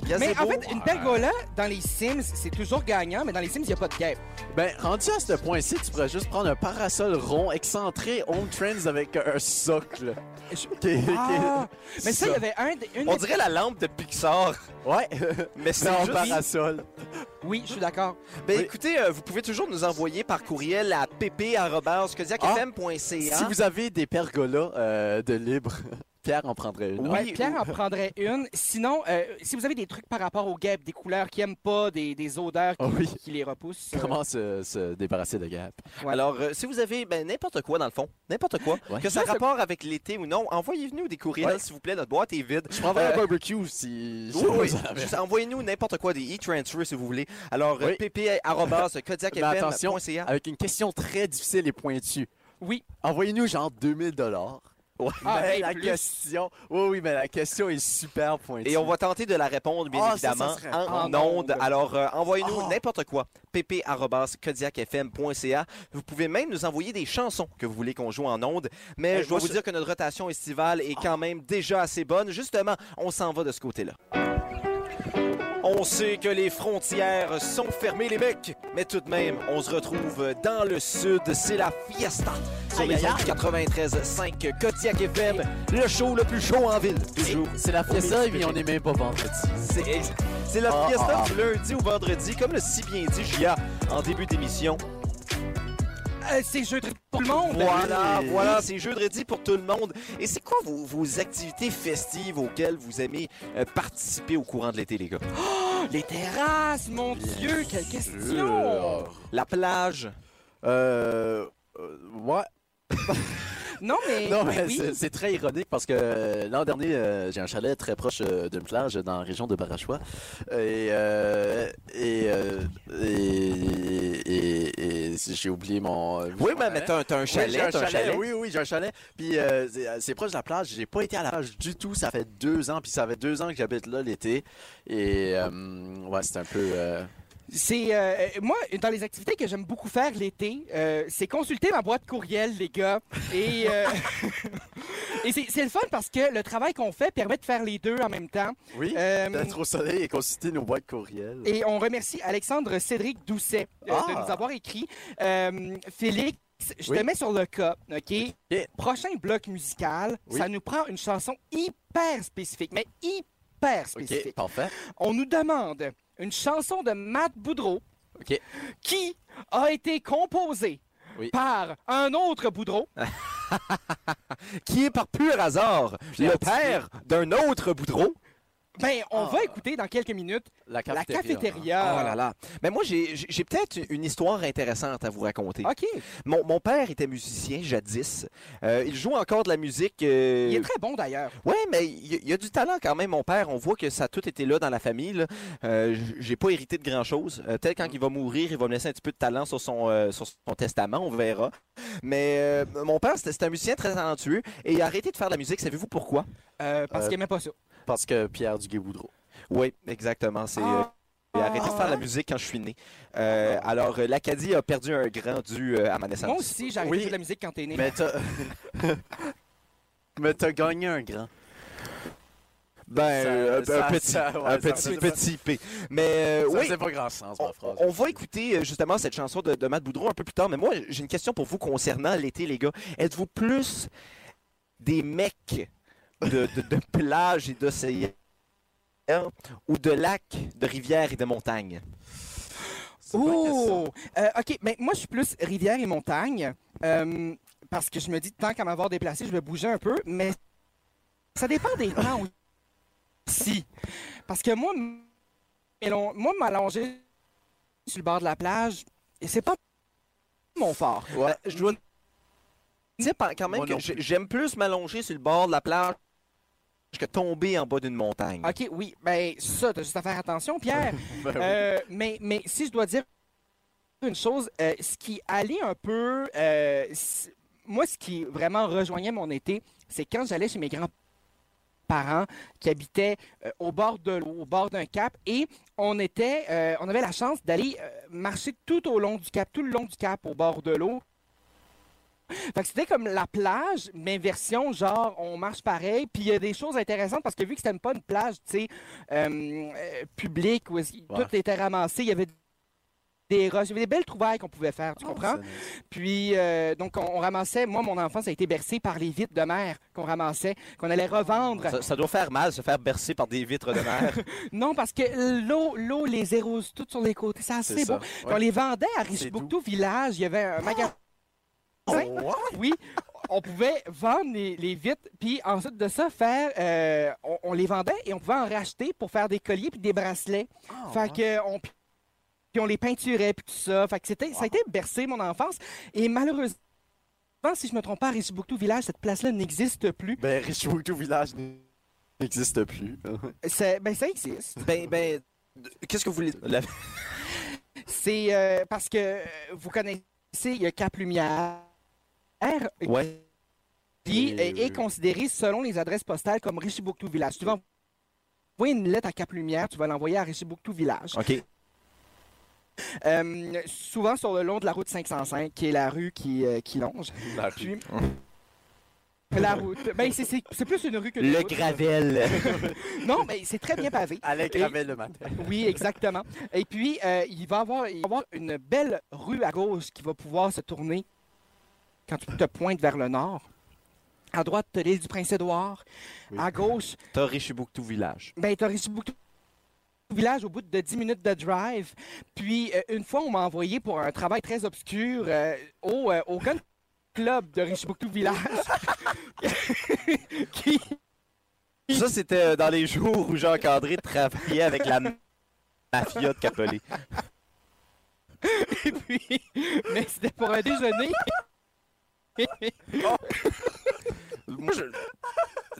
A: Gazebo,
C: Mais en fait, une
D: ouais.
C: pergola, dans les Sims, c'est toujours gagnant, mais dans les Sims, il n'y a pas de guêpe.
D: ben, rendu à ce point-ci, tu pourrais juste prendre un parasol rond, excentré, home trends avec un socle. Qui est- qui est-
C: Ah! Mais ça, il y avait un. des- une
A: On
C: des-
A: dirait la lampe de Pixar,
D: Ouais,
A: mais c'est
D: mais en
A: juste-
D: parasol.
C: Oui, je suis d'accord.
A: Ben
D: Oui.
A: écoutez, euh, vous pouvez toujours nous envoyer par courriel à pp.kodiakfm.ca.
D: Ah, Si vous avez des pergolas euh, de libre, Pierre en prendrait une.
A: Oui,
C: Ouais, Pierre en prendrait une. Sinon, euh, si vous avez des trucs par rapport aux guêpes, des couleurs qu'il n'aime pas, des, des odeurs qui,
D: Oh oui.
C: qui les repoussent. euh,
D: Comment se, se débarrasser de Gap?
C: Ouais.
A: Alors, euh, si vous avez ben, n'importe quoi dans le fond, n'importe quoi,
D: Ouais.
A: que ça
C: Juste-
A: rapporte avec l'été ou non, envoyez-nous des courriels,
D: Ouais.
A: s'il vous plaît. Notre boîte est vide.
D: Je prendrais
A: Euh,
D: un barbecue si...
A: Oui, oui. Juste Envoyez-nous n'importe quoi, des e-transfers si vous voulez. Alors, euh,
D: Oui. Mais attention,
A: pp.kodiakfm.ca.
D: avec une question très difficile et pointue.
C: Oui.
D: Envoyez-nous genre 2000 dollars.
C: Ah,
D: mais
C: et
D: la
C: plus.
D: question, oui, oui, mais la question est super pointue.
A: Et on va tenter de la répondre, bien
D: Ah, ça, ça
A: évidemment,
D: serait-
A: en,
C: en
A: ondes.
C: onde.
A: Alors, euh, envoyez-nous
D: Ah.
A: n'importe quoi. pp.kodiakfm.ca. Vous pouvez même nous envoyer des chansons que vous voulez qu'on joue en ondes. Mais
D: Eh,
A: je dois
D: moi,
A: vous
D: je-
A: dire que notre rotation estivale est quand même déjà assez bonne. Justement, on s'en va de ce côté-là. On sait que les frontières sont fermées, les mecs, mais tout de même, on se retrouve dans le sud. C'est la fiesta sur
D: Aïe,
A: les
D: aïe,
A: ondes du 93.5 Kodiak FM, le show le plus chaud en ville.
D: C'est-
A: Toujours.
D: C'est la fiesta et puis on est même pas vendredi.
A: C'est ex- c'est la
D: Ah,
A: fiesta
D: ah,
A: du lundi au vendredi, comme le si bien dit Gia en début d'émission.
C: Euh, c'est jeu de pour le monde.
A: Voilà,
D: oui.
A: voilà, c'est jeudi pour tout le monde. Et c'est quoi vos, vos activités festives auxquelles vous aimez euh, participer au courant de l'été, les gars?
C: Les terrasses, mon Dieu, quelle question!
A: La plage,
D: Euh... euh, Ouais.
C: Non, mais.
D: Non, mais
C: oui.
D: c'est- c'est très ironique parce que euh, l'an dernier, euh, j'ai un chalet très proche euh, d'une plage dans la région de Barachois. Et, euh, et, euh, et, et- et j'ai oublié mon.
A: Oui,
D: mon
A: mais, mais t'as un- t'as un
D: Oui, j'ai
A: chalet, t'as un chalet.
D: Oui, oui, j'ai un chalet. Puis euh, c'est- euh, c'est proche de la plage. J'ai pas été à la plage du tout. Ça fait deux ans. Puis ça fait deux ans que j'habite là l'été. Et euh, ouais, c'est un peu. euh,
C: C'est euh, moi dans les activités que j'aime beaucoup faire l'été, euh, c'est consulter ma boîte courriel les gars et euh, et c'est c'est le fun parce que le travail qu'on fait permet de faire les deux en même temps.
D: Oui.
C: Euh,
D: D'être au soleil et consulter nos boîtes courriels.
C: et on remercie Alexandre Cédric Doucet euh, de
D: Ah.
C: nous avoir écrit. Euh, Félix, je
D: Oui.
C: te mets sur le cas, ok?
D: Ok.
C: Prochain bloc musical,
D: Oui.
C: ça nous prend une chanson hyper spécifique, mais hyper spécifique.
D: Ok, parfait.
C: on nous demande une chanson de Matt Boudreau
D: OK.
C: qui a été composée
D: Oui. Ah.
C: par un autre Boudreau.
A: Qui est par pur hasard
D: J'ai
A: le
D: un petit-
A: père d'un autre Boudreau.
C: Ben, on
D: Ah.
C: va écouter dans quelques minutes la
D: La cafétéria.
A: Oh là
C: cafétéria.
A: là. Mais moi, j'ai j'ai- j'ai peut-être une histoire intéressante à vous raconter.
C: OK.
A: Mon, mon père était musicien jadis. Euh, il joue encore de la musique. euh,
C: Il est très bon d'ailleurs.
A: Ouais, mais il y, a- il y a du talent quand même, mon père. On voit que ça a tout été là dans la famille. là. Euh, j- J'ai pas hérité de grand-chose. Euh, Peut-être
D: Mm.
A: quand il va mourir, il va me laisser un petit peu de talent sur son, euh, sur son testament, on verra. Mais euh, mon père, c'était c'était un musicien très talentueux et il a arrêté de faire de la musique. Savez-vous pourquoi?
C: Euh, parce
D: Euh,
C: qu'il aimait pas ça.
D: Parce que Pierre Duguay-Boudreau.
A: Oui, exactement. C'est euh,
C: Ah.
A: il a arrêté de faire de la musique quand je suis né. Euh, alors, euh, l'Acadie a perdu un grand dû euh, à ma naissance.
C: Moi aussi, j'ai arrêté
D: Oui.
C: de la musique quand t'es né.
D: Mais t'as. Mais t'as gagné un grand.
A: Ben,
D: Ça-
A: euh,
D: ça-
A: un petit,
D: ça- ouais,
A: un
D: ça
A: petit,
D: faisait pas-
A: petit P. Mais euh,
D: Ça
A: oui,
D: faisait pas grand sens,
A: on,
D: ma phrase.
A: on va écouter euh, justement cette chanson de, de Matt Boudreau un peu plus tard. Mais moi, j'ai une question pour vous concernant l'été, les gars. Êtes-vous plus des mecs de, de, de plage et d'océan ou de lacs, de rivières et de montagnes?
D: C'est une bonne question.
C: Oh! Euh, OK, mais moi, je suis plus rivière et montagne. euh, parce que je me dis, tant qu'à m'avoir déplacé, je vais bouger un peu. Mais ça dépend des temps aussi. Parce que moi, m- mais l'on- moi m'allonger sur le bord de la plage, et c'est pas mon fort.
A: Euh, je dois dire par- quand même
D: Moi non
A: que j'ai- j'aime plus m'allonger sur le bord de la plage que tomber en bas d'une montagne.
D: Ah,
C: OK, oui, ben ça, t'as juste à faire attention, Pierre.
D: Ben oui.
C: Euh, mais, mais si je dois dire une chose, euh, ce qui allait un peu. euh, c- moi, ce qui vraiment rejoignait mon été, c'est quand j'allais chez mes grands-parents qui habitaient euh, au bord de l'eau, au bord d'un cap, et on était, euh, on avait la chance d'aller euh, marcher tout au long du cap, tout le long du cap, au bord de l'eau. Fait que c'était comme la plage, mais version genre on marche pareil. Puis il y a des choses intéressantes parce que vu que c'était pas une plage, tu sais, euh, euh, publique où est-ce que
D: Ouais.
C: tout était ramassé, il y avait des roches, il y avait des belles trouvailles qu'on pouvait faire, tu comprends? Puis euh, donc on, on ramassait, moi mon enfant ça a été bercé par les vitres de mer qu'on ramassait, qu'on allait revendre.
A: Ça, ça doit faire mal se faire bercer par des vitres de mer.
C: Non parce que l'eau, l'eau les érose toutes sur les côtés, c'est assez
D: C'est
C: beau.
D: ça.
C: Puis On les vendait à
D: C'est doux.
C: Richbouctou Village. Il y avait un magasin.
D: Ah!
C: Oui, on pouvait vendre les, les vitres, puis ensuite de ça, faire, euh, on, on les vendait et on pouvait en racheter pour faire des colliers puis des bracelets.
D: Ah,
C: fait que on, puis on les peinturait puis tout ça. Fait que c'était, ça a été bercé mon enfance et malheureusement, si je me trompe pas, à Richbouctou Village, cette place-là n'existe plus.
D: Ben, Richwoutou Village n- n'existe plus.
C: C'est, ben ça existe.
A: ben, ben, qu'est-ce que vous voulez? La-
C: C'est euh, parce que euh, vous connaissez, il y a Cap Lumière.
A: Ouais.
C: qui
D: Oui,
C: est,
D: oui,
C: est
D: oui.
C: considéré selon les adresses postales comme Richibouctou Village. Tu vas envoyer une lettre à Cap Lumière, tu vas l'envoyer à Richibouctou Village.
A: OK.
C: Euh, souvent sur le long de la route 505, qui est la rue qui, euh, qui longe.
D: La
C: Puis- La route. Ben, c'est- c'est c'est plus une rue que
A: Le
C: route.
A: gravel.
C: Non, mais c'est très bien pavé.
D: Alain Gravel le matin.
C: Oui, exactement. Et puis, euh, il, va avoir, il va avoir une belle rue à gauche qui va pouvoir se tourner quand tu te pointes vers le nord. À droite, tu l'île du Prince-Édouard.
D: Oui.
C: À gauche,
A: T'as Richibouctou Village.
C: Ben, t'as réussi beaucoup de village au bout de 10 minutes de drive. Puis, euh, une fois, on m'a envoyé pour un travail très obscur euh, au, euh, au gun club de Richibouctou Village. qui...
A: Ça, c'était euh, dans les jours où Jean-Candré travaillait avec la mafia de Capelé.
C: puis, mais c'était pour un déjeuner.
A: Moi, je...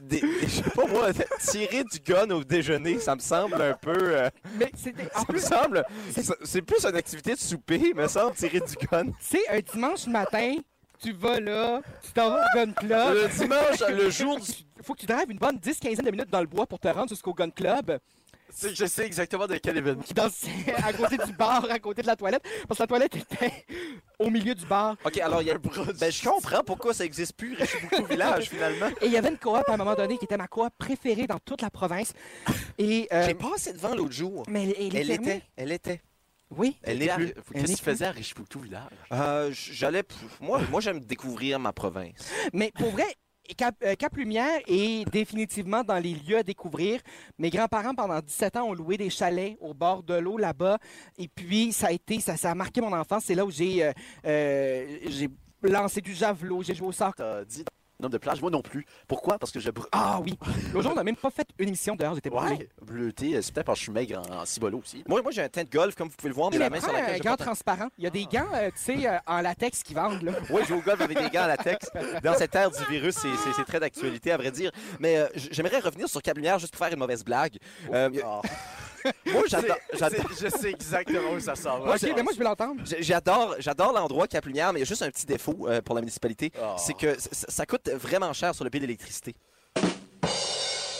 A: Des- des- je sais pas moi, tirer du gun au déjeuner, ça me semble un peu... euh,
C: Mais c'est des-
A: ça
C: en
A: me
C: plus,
A: semble... ça- C'est plus une activité de souper, me semble, tirer du gun.
C: c'est un dimanche matin, tu vas là, tu t'en vas au gun
D: Ah,
C: club.
A: Le dimanche, le jour du...
C: Faut que tu drives une bonne 10-15 de minutes dans le bois pour te rendre jusqu'au gun club.
D: C'est que je sais exactement de quel événement.
C: qui dansait à côté du bar, à côté de la toilette, parce que la toilette était au milieu du bar.
A: OK, alors, il y a... Ben, je comprends pourquoi ça existe plus, Richibuku Village, finalement.
C: Et il y avait une coop à un moment donné qui était ma coop préférée dans toute la province. Et, euh,
A: J'ai passé devant l'autre jour.
C: mais elle, elle est
A: Elle
C: fermée.
A: était, elle était.
C: Oui.
A: Elle n'est plus.
D: Qu'est-ce
C: n'est
D: qu'il faisait à Richepoutou Village?
A: Euh, j- J'allais. p- Moi, moi j'aime découvrir ma province.
C: Mais pour vrai, Cap, euh, Cap Lumière est définitivement dans les lieux à découvrir. Mes grands-parents, pendant 17 ans, ont loué des chalets au bord de l'eau là-bas. Et puis, ça a été, ça, ça a marqué mon enfance. C'est là où j'ai euh, euh, j'ai lancé du javelot, j'ai joué au sort.
D: T'as dit nombre de plages? Moi non plus. Pourquoi? Parce que je... br-
C: Ah oui! L'autre jour, on n'a même pas fait une émission dehors, j'étais brûlé.
D: Ouais, bleuté. C'est peut-être parce que je suis maigre en, en cibolo aussi.
A: Moi, moi j'ai un teint de golf, comme vous pouvez le voir, mais
C: Il
A: la main sur
C: prend
A: laquelle
C: un
A: je Ah.
C: gant
A: porte un-
C: transparent. Il y a des gants, euh, tu sais, euh, en latex qui vendent, là.
A: Oui, je joue au golf avec des gants à latex. Dans cette ère du virus, c'est- c'est c'est très d'actualité, à vrai dire. Mais euh, j- j'aimerais revenir sur Cap Lumière juste pour faire une mauvaise blague. Euh, y a-
D: Ah.
A: moi,
C: Oh,
A: j'adore- j'adore.
D: Je sais exactement où ça sort.
A: Moi,
C: OK, mais moi, je veux l'entendre.
A: J- J'adore, j'adore l'endroit Cap Lumière, mais il y a juste un petit défaut euh, pour la municipalité,
D: Oh.
A: c'est que c- ça coûte vraiment cher sur le bill d'électricité.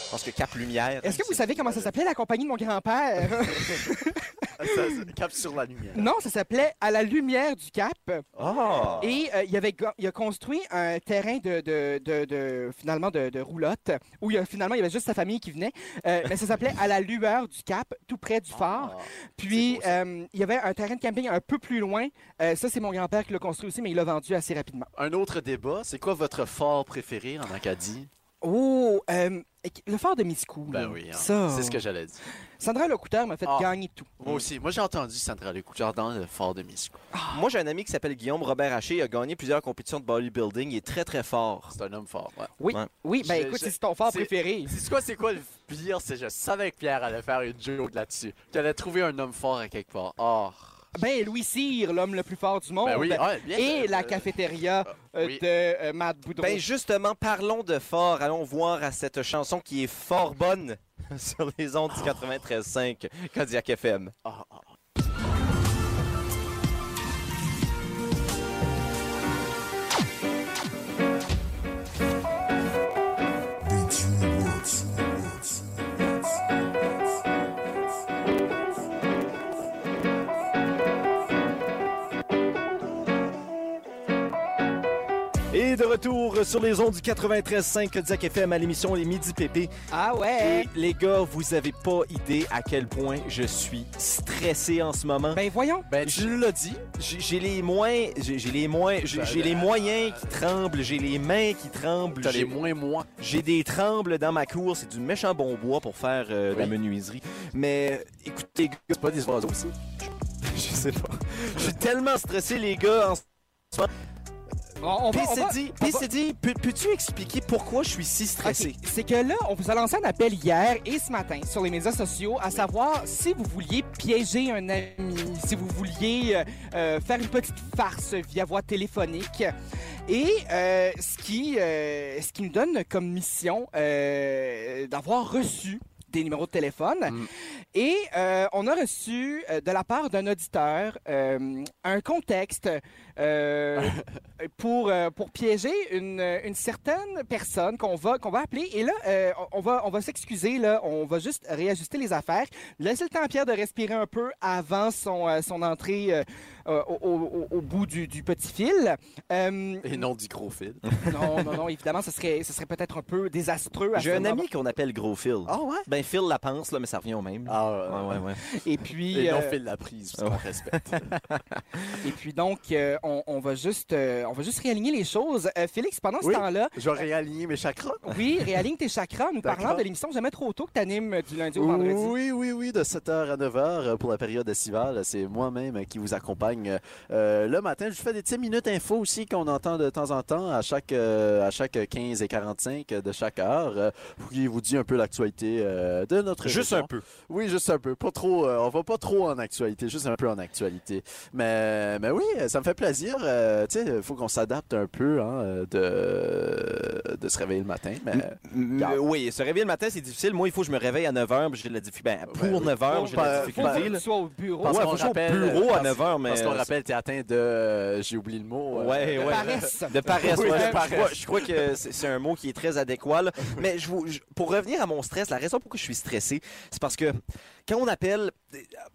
A: Parce que Cap Lumière.
C: Est-ce que vous
A: c'est-
C: savez comment ça s'appelait, la compagnie de mon grand-père?
D: Cap sur la lumière.
C: non, ça s'appelait À la lumière du Cap.
A: Oh.
C: Et euh, il, avait, go- il a construit un terrain de, de, de- de- finalement, de, de roulotte, où il y a- finalement, il y avait juste sa famille qui venait. Euh, mais ça s'appelait À la lueur du Cap, tout près du phare. Puis,
D: Ah, beau, ça.
C: euh, il y avait un terrain de camping un peu plus loin. Euh, ça, c'est mon grand-père qui l'a construit aussi, mais il l'a vendu assez rapidement.
D: Un autre débat, c'est quoi votre fort préféré en Acadie?
C: Oh, euh, le fort de Miscou. là.
D: hein,
C: ça.
D: c'est ce que j'allais dire.
C: Sandra Locouteur m'a fait
D: Ah.
C: gagner tout.
D: Moi aussi, moi j'ai entendu Sandra Lecoutard dans le fort de Miscou.
A: Moi, j'ai un ami qui s'appelle Guillaume Robert Haché. Il a gagné plusieurs compétitions de bodybuilding. Il est très, très fort.
D: C'est un homme fort, ouais.
C: Oui,
A: Ouais.
C: oui, ben
D: Je-
C: écoute,
D: je-
C: c'est ton fort
D: c'est-
C: préféré.
D: C'est quoi, c'est quoi le pire, c'est je savais que Pierre allait faire une joke là-dessus. Qu'il allait trouver un homme fort à quelque part. Oh.
C: Ben Louis Cyr, l'homme le plus fort du monde.
D: Ben oui, ouais, bien
C: Et
D: sûr.
C: la cafétéria euh,
D: ah, oui.
C: de euh, Matt Boudreau.
A: Ben justement, parlons de fort. Allons voir à cette chanson qui est fort bonne sur les ondes du 93.5 Kodiak FM.
D: Ah, ah, ah.
E: Et de retour sur les ondes du 93.5 Kodiak FM à l'émission Les Midi Pépé.
C: Ah ouais.
E: Et les gars, vous avez pas idée à quel point je suis stressé en ce moment.
C: Ben voyons.
D: Ben,
E: je l'ai dit, j'ai j'ai les moins, j'ai j'ai les moins,
D: Ben,
E: j'ai j'ai les moyens qui tremblent, j'ai les mains qui tremblent,
D: T'as les
E: j'ai-
D: moins moi.
E: j'ai des trembles dans ma cour, c'est du méchant bon bois pour faire euh, de la
D: Oui.
E: menuiserie. Mais écoutez, les gars,
D: C'est pas des oiseaux aussi.
E: je sais pas, je suis tellement stressé les gars en ce
C: On, on va- on va-
E: PCD,
C: on va-
E: PCD, peux- peux-tu expliquer pourquoi je suis si stressé?
C: Ok, C'est que là, on vous a lancé un appel hier et ce matin sur les médias sociaux à savoir si vous vouliez piéger un ami, si vous vouliez euh, euh, faire une petite farce via voie téléphonique. Et euh, ce, qui, euh, ce qui nous donne comme mission euh, d'avoir reçu des numéros de téléphone.
D: Mm.
C: Et euh, on a reçu euh, de la part d'un auditeur euh, un contexte euh, pour, euh, pour piéger une, une certaine personne qu'on va, qu'on va appeler. Et là, euh, on on va, on va s'excuser, là, on va juste réajuster les affaires. Laissez le temps à Pierre de respirer un peu avant son, euh, son entrée euh, euh, au, au- au- au bout du, du petit fil. Euh,
D: Et non du gros fil.
C: non, non, non, évidemment, ce serait, ce serait peut-être un peu désastreux. à
A: J'ai
C: ce
A: un
C: moment.
A: ami qu'on appelle Gros Phil.
D: Ah ouais?
A: Ben Phil la pense, là, mais ça revient au même. Euh,
D: Ah
A: Ouais, ouais, ouais.
C: Et puis,
D: Et non
C: euh,
D: fil la prise, ça respecte.
C: et puis donc, euh, on, on va juste, euh, on va juste réaligner les choses. Euh, Félix, pendant ce
D: Oui.
C: temps-là,
D: Je vais réaligner mes chakras.
C: oui, réaligne tes chakras en nous parlant
D: D'accord.
C: de l'émission Jamais trop tôt que tu animes du lundi au vendredi.
D: Oui, oui, oui, de 7h à 9h pour la période estivale. C'est moi-même qui vous accompagne euh, le matin. Je vous fais des petites minutes info aussi qu'on entend de temps en temps à chaque, euh, à chaque 15 et 45 de chaque heure euh, pour qu'il vous dise un peu l'actualité euh, de notre
A: Juste
D: région.
A: un peu.
D: Oui, oui, juste un peu. Pas trop, euh, on va pas trop en actualité, juste un peu en actualité. Mais, mais oui, euh, ça me fait plaisir. euh, tu sais, il faut qu'on s'adapte un peu hein, euh, de, de se réveiller le matin. Mais
A: Mm,
D: Garde.
A: euh, Oui, se réveiller le matin, c'est difficile. Moi, il faut que je me réveille à 9h, j'ai de la difficulté. Ben, pour
D: Ouais, oui.
A: 9h, j'ai de la
D: Pas-
C: Faut
A: difficulté.
C: que tu sois au bureau.
D: Parce
A: ouais,
D: qu'on
A: faut que je sois au
D: rappelle-
A: bureau à
D: parce-
A: 9h, mais.
D: parce qu'on rappelle, t'es atteint de. euh, J'ai oublié le mot. euh,
A: Ouais, ouais.
C: Paresse.
A: De paresse,
D: Oui,
A: ouais,
D: de
A: je,
D: paresse.
A: Crois, je crois que c'est c'est un mot qui est très adéquat. là. Mais je, vous- je- pour revenir à mon stress, la raison pour laquelle je suis stressé, c'est parce que quand on appelle,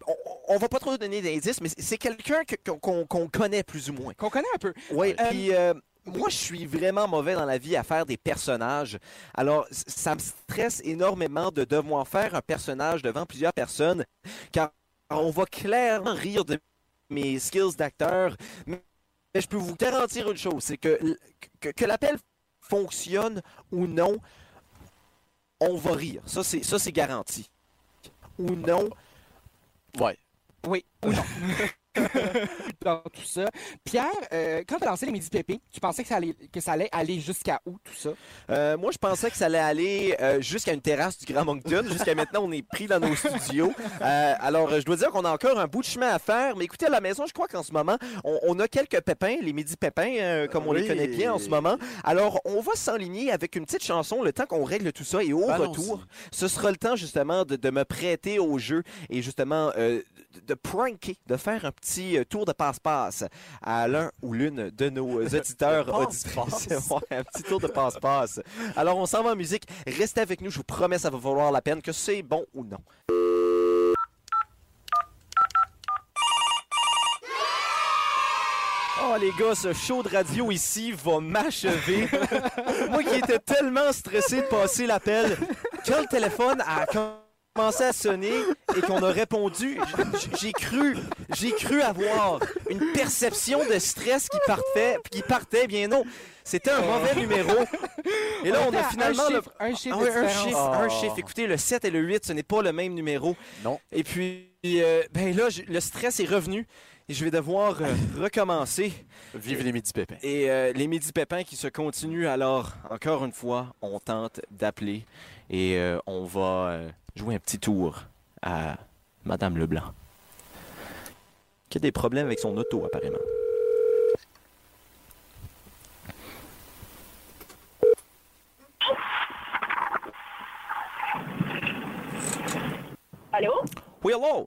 A: on, on va pas trop donner d'indices, mais c'est- c'est quelqu'un que- qu'on qu'on- qu'on connaît plus ou moins.
C: Qu'on connaît un peu.
A: Oui, puis euh, moi, je suis vraiment mauvais dans la vie à faire des personnages. Alors, c- ça me stresse énormément de devoir faire un personnage devant plusieurs personnes, car on va clairement rire de mes skills d'acteur. Mais mais je peux vous garantir une chose, c'est que, l- que, que l'appel fonctionne ou non, on va rire. Ça, c'est ça, c'est garanti. Ou non,
D: Ouais.
C: Oui, ou non. dans tout ça. Pierre, euh, quand tu as lancé les Midi Pépé, tu pensais que ça allait, que ça allait aller jusqu'à où tout ça?
A: Euh, moi, je pensais que ça allait aller euh, jusqu'à une terrasse du Grand Moncton. Jusqu'à maintenant, on est pris dans nos studios. Euh, alors, euh, je dois dire qu'on a encore un bout de chemin à faire. Mais écoutez, à la maison, je crois qu'en ce moment, on, on a quelques pépins, les midi pépins, euh, comme on les
D: Oui.
A: connaît bien en ce moment. Alors, on va s'enligner avec une petite chanson le temps qu'on règle tout ça. Et au
D: Allons-y.
A: retour, ce sera le temps justement de, de me prêter au jeu et justement euh, de, de pranker, de faire un petit euh, tour de passe-passe à l'un ou l'une de nos euh, auditeurs, auditrices. Ouais, un petit tour de passe-passe. Alors, on s'en va en musique. Restez avec nous, je vous promets, ça va valoir la peine, que c'est bon ou non. Oh les gars, ce show de radio ici va m'achever. Moi qui étais tellement stressé de passer l'appel, quand le téléphone a commencé à sonner et qu'on a répondu, j- j'ai cru, j'ai cru avoir une perception de stress qui partait, qui partait bien non. C'était un mauvais numéro. Et là, on
C: Attends,
A: a finalement
C: un
A: le-
C: chiffre, un chiffre
A: ah
C: de
A: oui, un
C: différence.
A: chiffre, un
D: Oh.
A: chiffre. Écoutez, le 7 et le 8, ce n'est pas le même numéro.
D: Non.
A: Et puis, euh, ben là, j'ai- le stress est revenu et je vais devoir euh, recommencer.
D: Vive les midi pépins.
A: Et euh, les midi pépins qui se continuent, alors, encore une fois, on tente d'appeler et euh, on va euh, jouer un petit tour à Madame Leblanc. Qui a des problèmes avec son auto, apparemment.
F: Allô?
A: Oui, hello!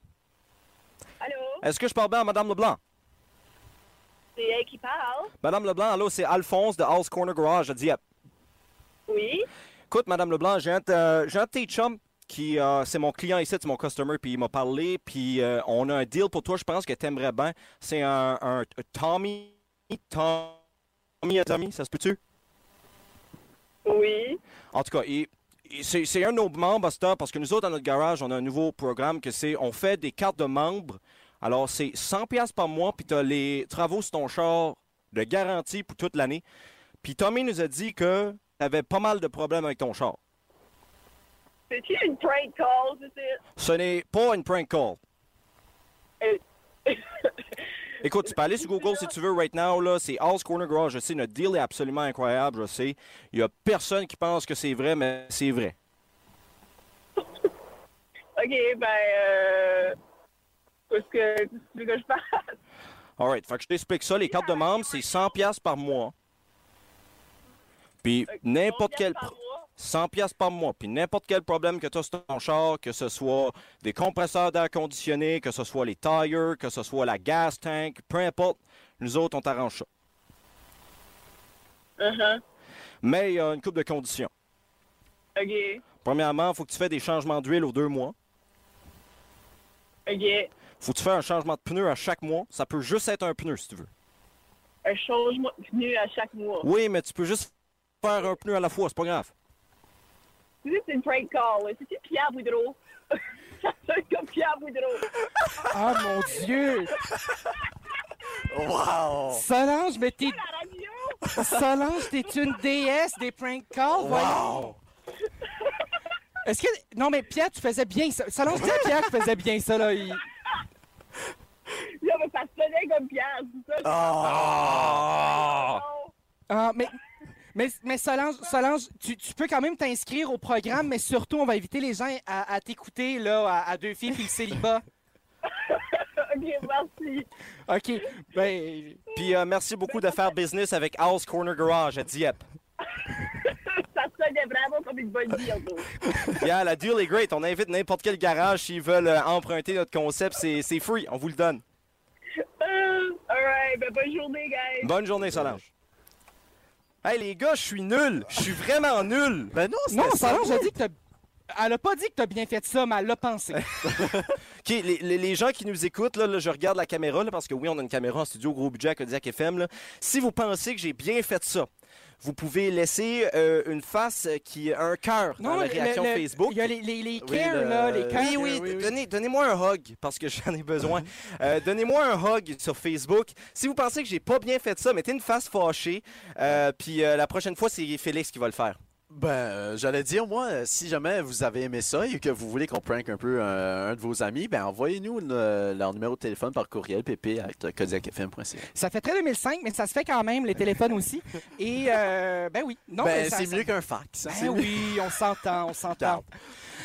F: Allô?
A: Est-ce que je parle bien à Madame Leblanc?
F: C'est elle qui parle?
A: Madame Leblanc, allô, c'est Alphonse de House Corner Garage à Dieppe.
F: Oui?
A: Écoute, Madame Leblanc, j'ai un, t- euh, j'ai un de tes chums qui, euh, c'est mon client ici, c'est mon customer, puis il m'a parlé, puis euh, on a un deal pour toi, je pense que t'aimerais bien. C'est un, un- un Tommy, Tommy, Tommy, ça se peut-tu?
F: Oui?
A: En tout cas, et- et c'est c'est un de nos membres à cette heure, parce que nous autres, dans notre garage, on a un nouveau programme que c'est, on fait des cartes de membres. Alors, c'est 100 pièces par mois, puis t'as les travaux sur ton char de garantie pour toute l'année. Puis Tommy nous a dit que t'avais pas mal de problèmes avec ton char.
F: C'est-tu une prank call, c'est
A: Ce n'est pas une prank call. Écoute, tu peux aller sur Google si tu veux right now, là, c'est House Corner Garage, je sais, notre deal est absolument incroyable, je sais. Il y a personne qui pense que c'est vrai, mais c'est vrai.
F: OK, ben, euh... Qu'est-ce que tu veux que je fasse?
A: Alright, fait que je t'explique ça, les cartes de membres, c'est 100$ piastres par mois. Puis n'importe
F: Euh, Combien
A: quel...
F: par
A: pro-
F: mois?
A: 100$ piastres par mois, puis n'importe quel problème que tu as sur ton char, que ce soit des compresseurs d'air conditionné, que ce soit les tires, que ce soit la gas tank, peu importe, nous autres, on t'arrange ça.
F: Uh-huh.
A: Mais il y a une couple de conditions.
F: OK.
A: Premièrement, il faut que tu fasses des changements d'huile aux deux mois.
F: OK.
A: faut que tu fasses un changement de pneu à chaque mois. Ça peut juste être un pneu si tu veux.
F: Un changement Euh, de pneu à chaque mois.
A: Oui, mais tu peux juste faire un pneu à la fois, c'est pas grave.
F: C'est juste une prank call. là. C'est-tu Pierre Boudreau? Ça sonne comme Pierre Boudreau.
C: Ah mon Dieu!
D: Wow!
C: Solange, mais t'es,
F: La radio?
C: Solange, t'es une déesse des prank calls. voyons. Est-ce que. Non, mais Pierre, tu faisais bien ça. Solange, dis à Pierre que faisait bien ça, là. Il-
F: Là, mais ça sonnait comme Pierre, c'est ça?
D: Ah!
F: Non.
C: Ah, mais. Mais, mais Solange, Solange tu, tu peux quand même t'inscrire au programme, mais surtout, on va inviter les gens à, à t'écouter là, à, à deux filles puis le célibat.
F: OK, merci.
C: OK. Ben,
A: Puis euh, merci beaucoup de faire business avec House Corner Garage à Dieppe.
F: Ça sonnait vraiment comme une bonne vie, en gros.
A: Yeah, la deal est great. On invite n'importe quel garage s'ils veulent euh, emprunter notre concept. C'est c'est free, on vous le donne.
F: Euh, all right, ben bonne journée, guys.
A: Bonne journée, Solange. Hey les gars, je suis nul. Je suis vraiment nul.
E: Ben non,
C: non, Solange a dit que t'as- Elle a pas dit que t'as bien fait ça, mais elle l'a pensé.
A: OK, les, les- les gens qui nous écoutent, là, là, je regarde la caméra, là, parce que oui, on a une caméra en studio, gros budget à Kodiak FM. là. Si vous pensez que j'ai bien fait ça, vous pouvez laisser euh, une face qui a un cœur dans la
C: le-
A: réaction
C: le-
A: Facebook.
C: Il y a les, les, les
A: Oui,
C: cares,
A: le-
C: là, les cares.
A: Oui, oui, donnez- donnez-moi un hug, parce que j'en ai besoin.
C: Mhm.
A: Euh, donnez-moi un hug sur Facebook. Si vous pensez que j'ai pas bien fait ça, mettez une face fâchée. Euh, Puis euh, la prochaine fois, c'est Félix qui va le faire.
D: Ben, euh, j'allais dire, moi, euh, si jamais vous avez aimé ça et que vous voulez qu'on prank un peu euh, un de vos amis, ben envoyez-nous le- leur numéro de téléphone par courriel pp
C: Ça fait très 2005, mais ça se fait quand même, les téléphones aussi. Et, euh, ben oui. Non, mais
D: Ben,
C: ça-
D: c'est
C: ça-
D: mieux qu'un fax.
C: Ben
D: C'est mieux.
C: oui, on s'entend, on s'entend.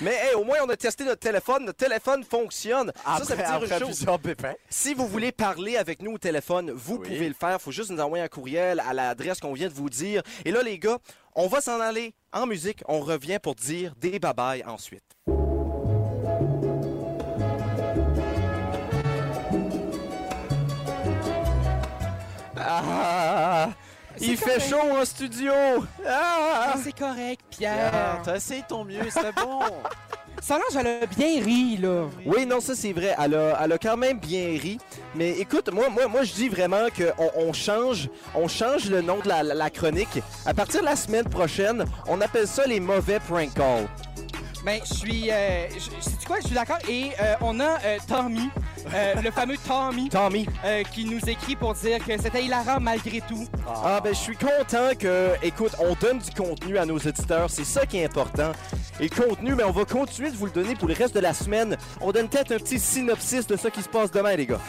A: Mais hey, au moins, on a testé notre téléphone. Notre téléphone fonctionne. ça,
D: Après,
A: ça veut dire
D: après
A: une chose.
D: plusieurs pépins.
A: Si vous voulez parler avec nous au téléphone, vous
D: Oui.
A: pouvez le faire. faut juste nous envoyer un courriel à l'adresse qu'on vient de vous dire. Et là, les gars, on va s'en aller en musique. On revient pour dire des babayes ensuite. Ah,
C: C'est
A: il fait
C: correct.
A: chaud en studio. Ah,
C: Ah, c'est correct,
D: Ah,
C: Pierre.
D: T'as essayé ton mieux, c'était bon.
C: Solange, elle a bien ri, là.
A: Oui, non, ça c'est vrai. Elle a, elle a quand même bien ri. Mais écoute, moi, moi, moi je dis vraiment qu'on on change, on change le nom de la, la- la chronique. À partir de la semaine prochaine, on appelle ça les mauvais prank calls.
C: Ben, je suis. Euh, sais quoi? Je suis d'accord. Et euh, on a euh, Tommy, euh, le fameux Tommy,
A: Tommy.
C: euh, qui nous écrit pour dire que c'était hilarant malgré tout.
A: Ah ben je suis content que, écoute, on donne du contenu à nos auditeurs, c'est ça qui est important. Et le contenu, mais on va continuer de vous le donner pour le reste de la semaine. On donne peut-être un petit synopsis de ce qui se passe demain, les gars.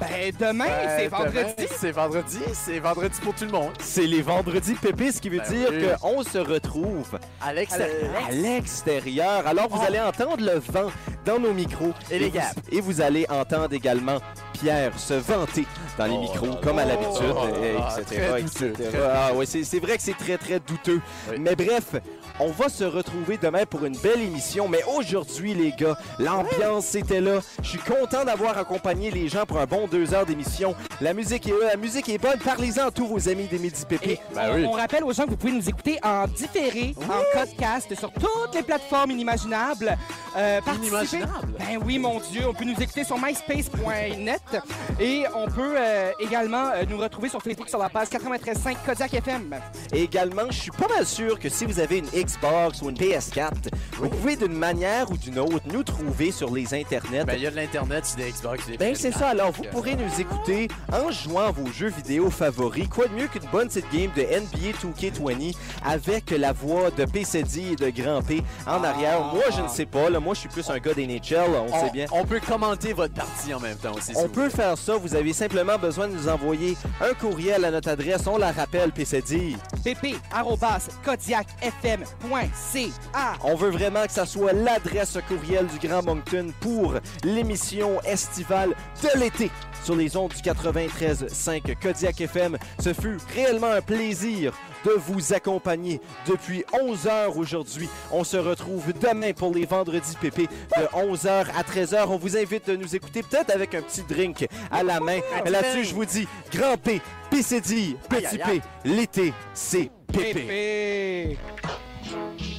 C: Ben, demain,
D: Euh,
C: c'est
D: demain,
C: vendredi.
D: C'est vendredi, c'est vendredi pour tout le monde.
A: C'est les vendredis pépés, ce qui veut
D: Ben
A: dire
D: oui.
A: qu'on se retrouve
D: Alex, euh,
A: à l'extérieur. Alors, vous allez entendre le vent dans nos micros.
D: Oh. Et les
A: vous-
D: gaps.
A: Et vous allez entendre également Pierre se vanter dans les
D: Oh
A: micros,
D: là
A: comme à
D: là.
A: l'habitude,
D: Oh là
A: et-
D: là.
A: etc.
D: Très
A: etc.
D: douteux, très
A: Ah, ouais, c'est c'est vrai que c'est très, très douteux.
D: Oui.
A: Mais bref, on va se retrouver demain pour une belle émission. Mais aujourd'hui, les gars, l'ambiance c'était là. Je suis content d'avoir accompagné les gens pour un bon deux heures d'émission. La musique est là, la musique est bonne. Parlez-en à tous vos amis des Midi Pépé.
C: Et
D: Ben
C: on,
D: oui.
C: on rappelle aux gens que vous pouvez nous écouter en différé, en podcast, sur toutes les plateformes inimaginables. Euh, participez-
D: Inimaginable.
C: Ben oui, mon Dieu, on peut nous écouter sur myspace.net et on peut euh, également euh, nous retrouver sur Facebook sur la page 93.5 Kodiak FM.
A: Et également, je suis pas mal sûr que si vous avez une Xbox ou une PS4, vous pouvez d'une manière ou d'une autre nous trouver sur les internets.
D: Ben,
A: Ben,
D: il y a de l'Internet, Ben, c'est des Xbox, des
A: c'est ça, alors vous pourrez nous écouter en jouant à vos jeux vidéo favoris. Quoi de mieux qu'une bonne petite game de NBA 2K20 avec la voix de PCD et de Grand P en arrière. Moi, je ne sais pas, là, moi je suis plus un gars d'NHL, on,
D: Ah. on,
A: sait bien.
D: on peut commenter votre partie en même temps aussi. si
A: On
D: vous
A: peut faire ça, vous avez simplement besoin de nous envoyer un courriel à notre adresse, on la rappelle PCD.
C: bp.kodiakfm.ca.
A: On veut vraiment que ça soit l'adresse courriel du Grand Moncton pour l'émission estivale de l'été sur les ondes du 93.5 Kodiak FM. Ce fut réellement un plaisir de vous accompagner depuis 11 heures aujourd'hui. On se retrouve demain pour les vendredis pépé de 11h à 13h. On vous invite de nous écouter peut-être avec un petit drink à la main. Mais Là-dessus, je vous dis grand P, PCD, petit P, l'été, c'est pépé.
C: Pépé.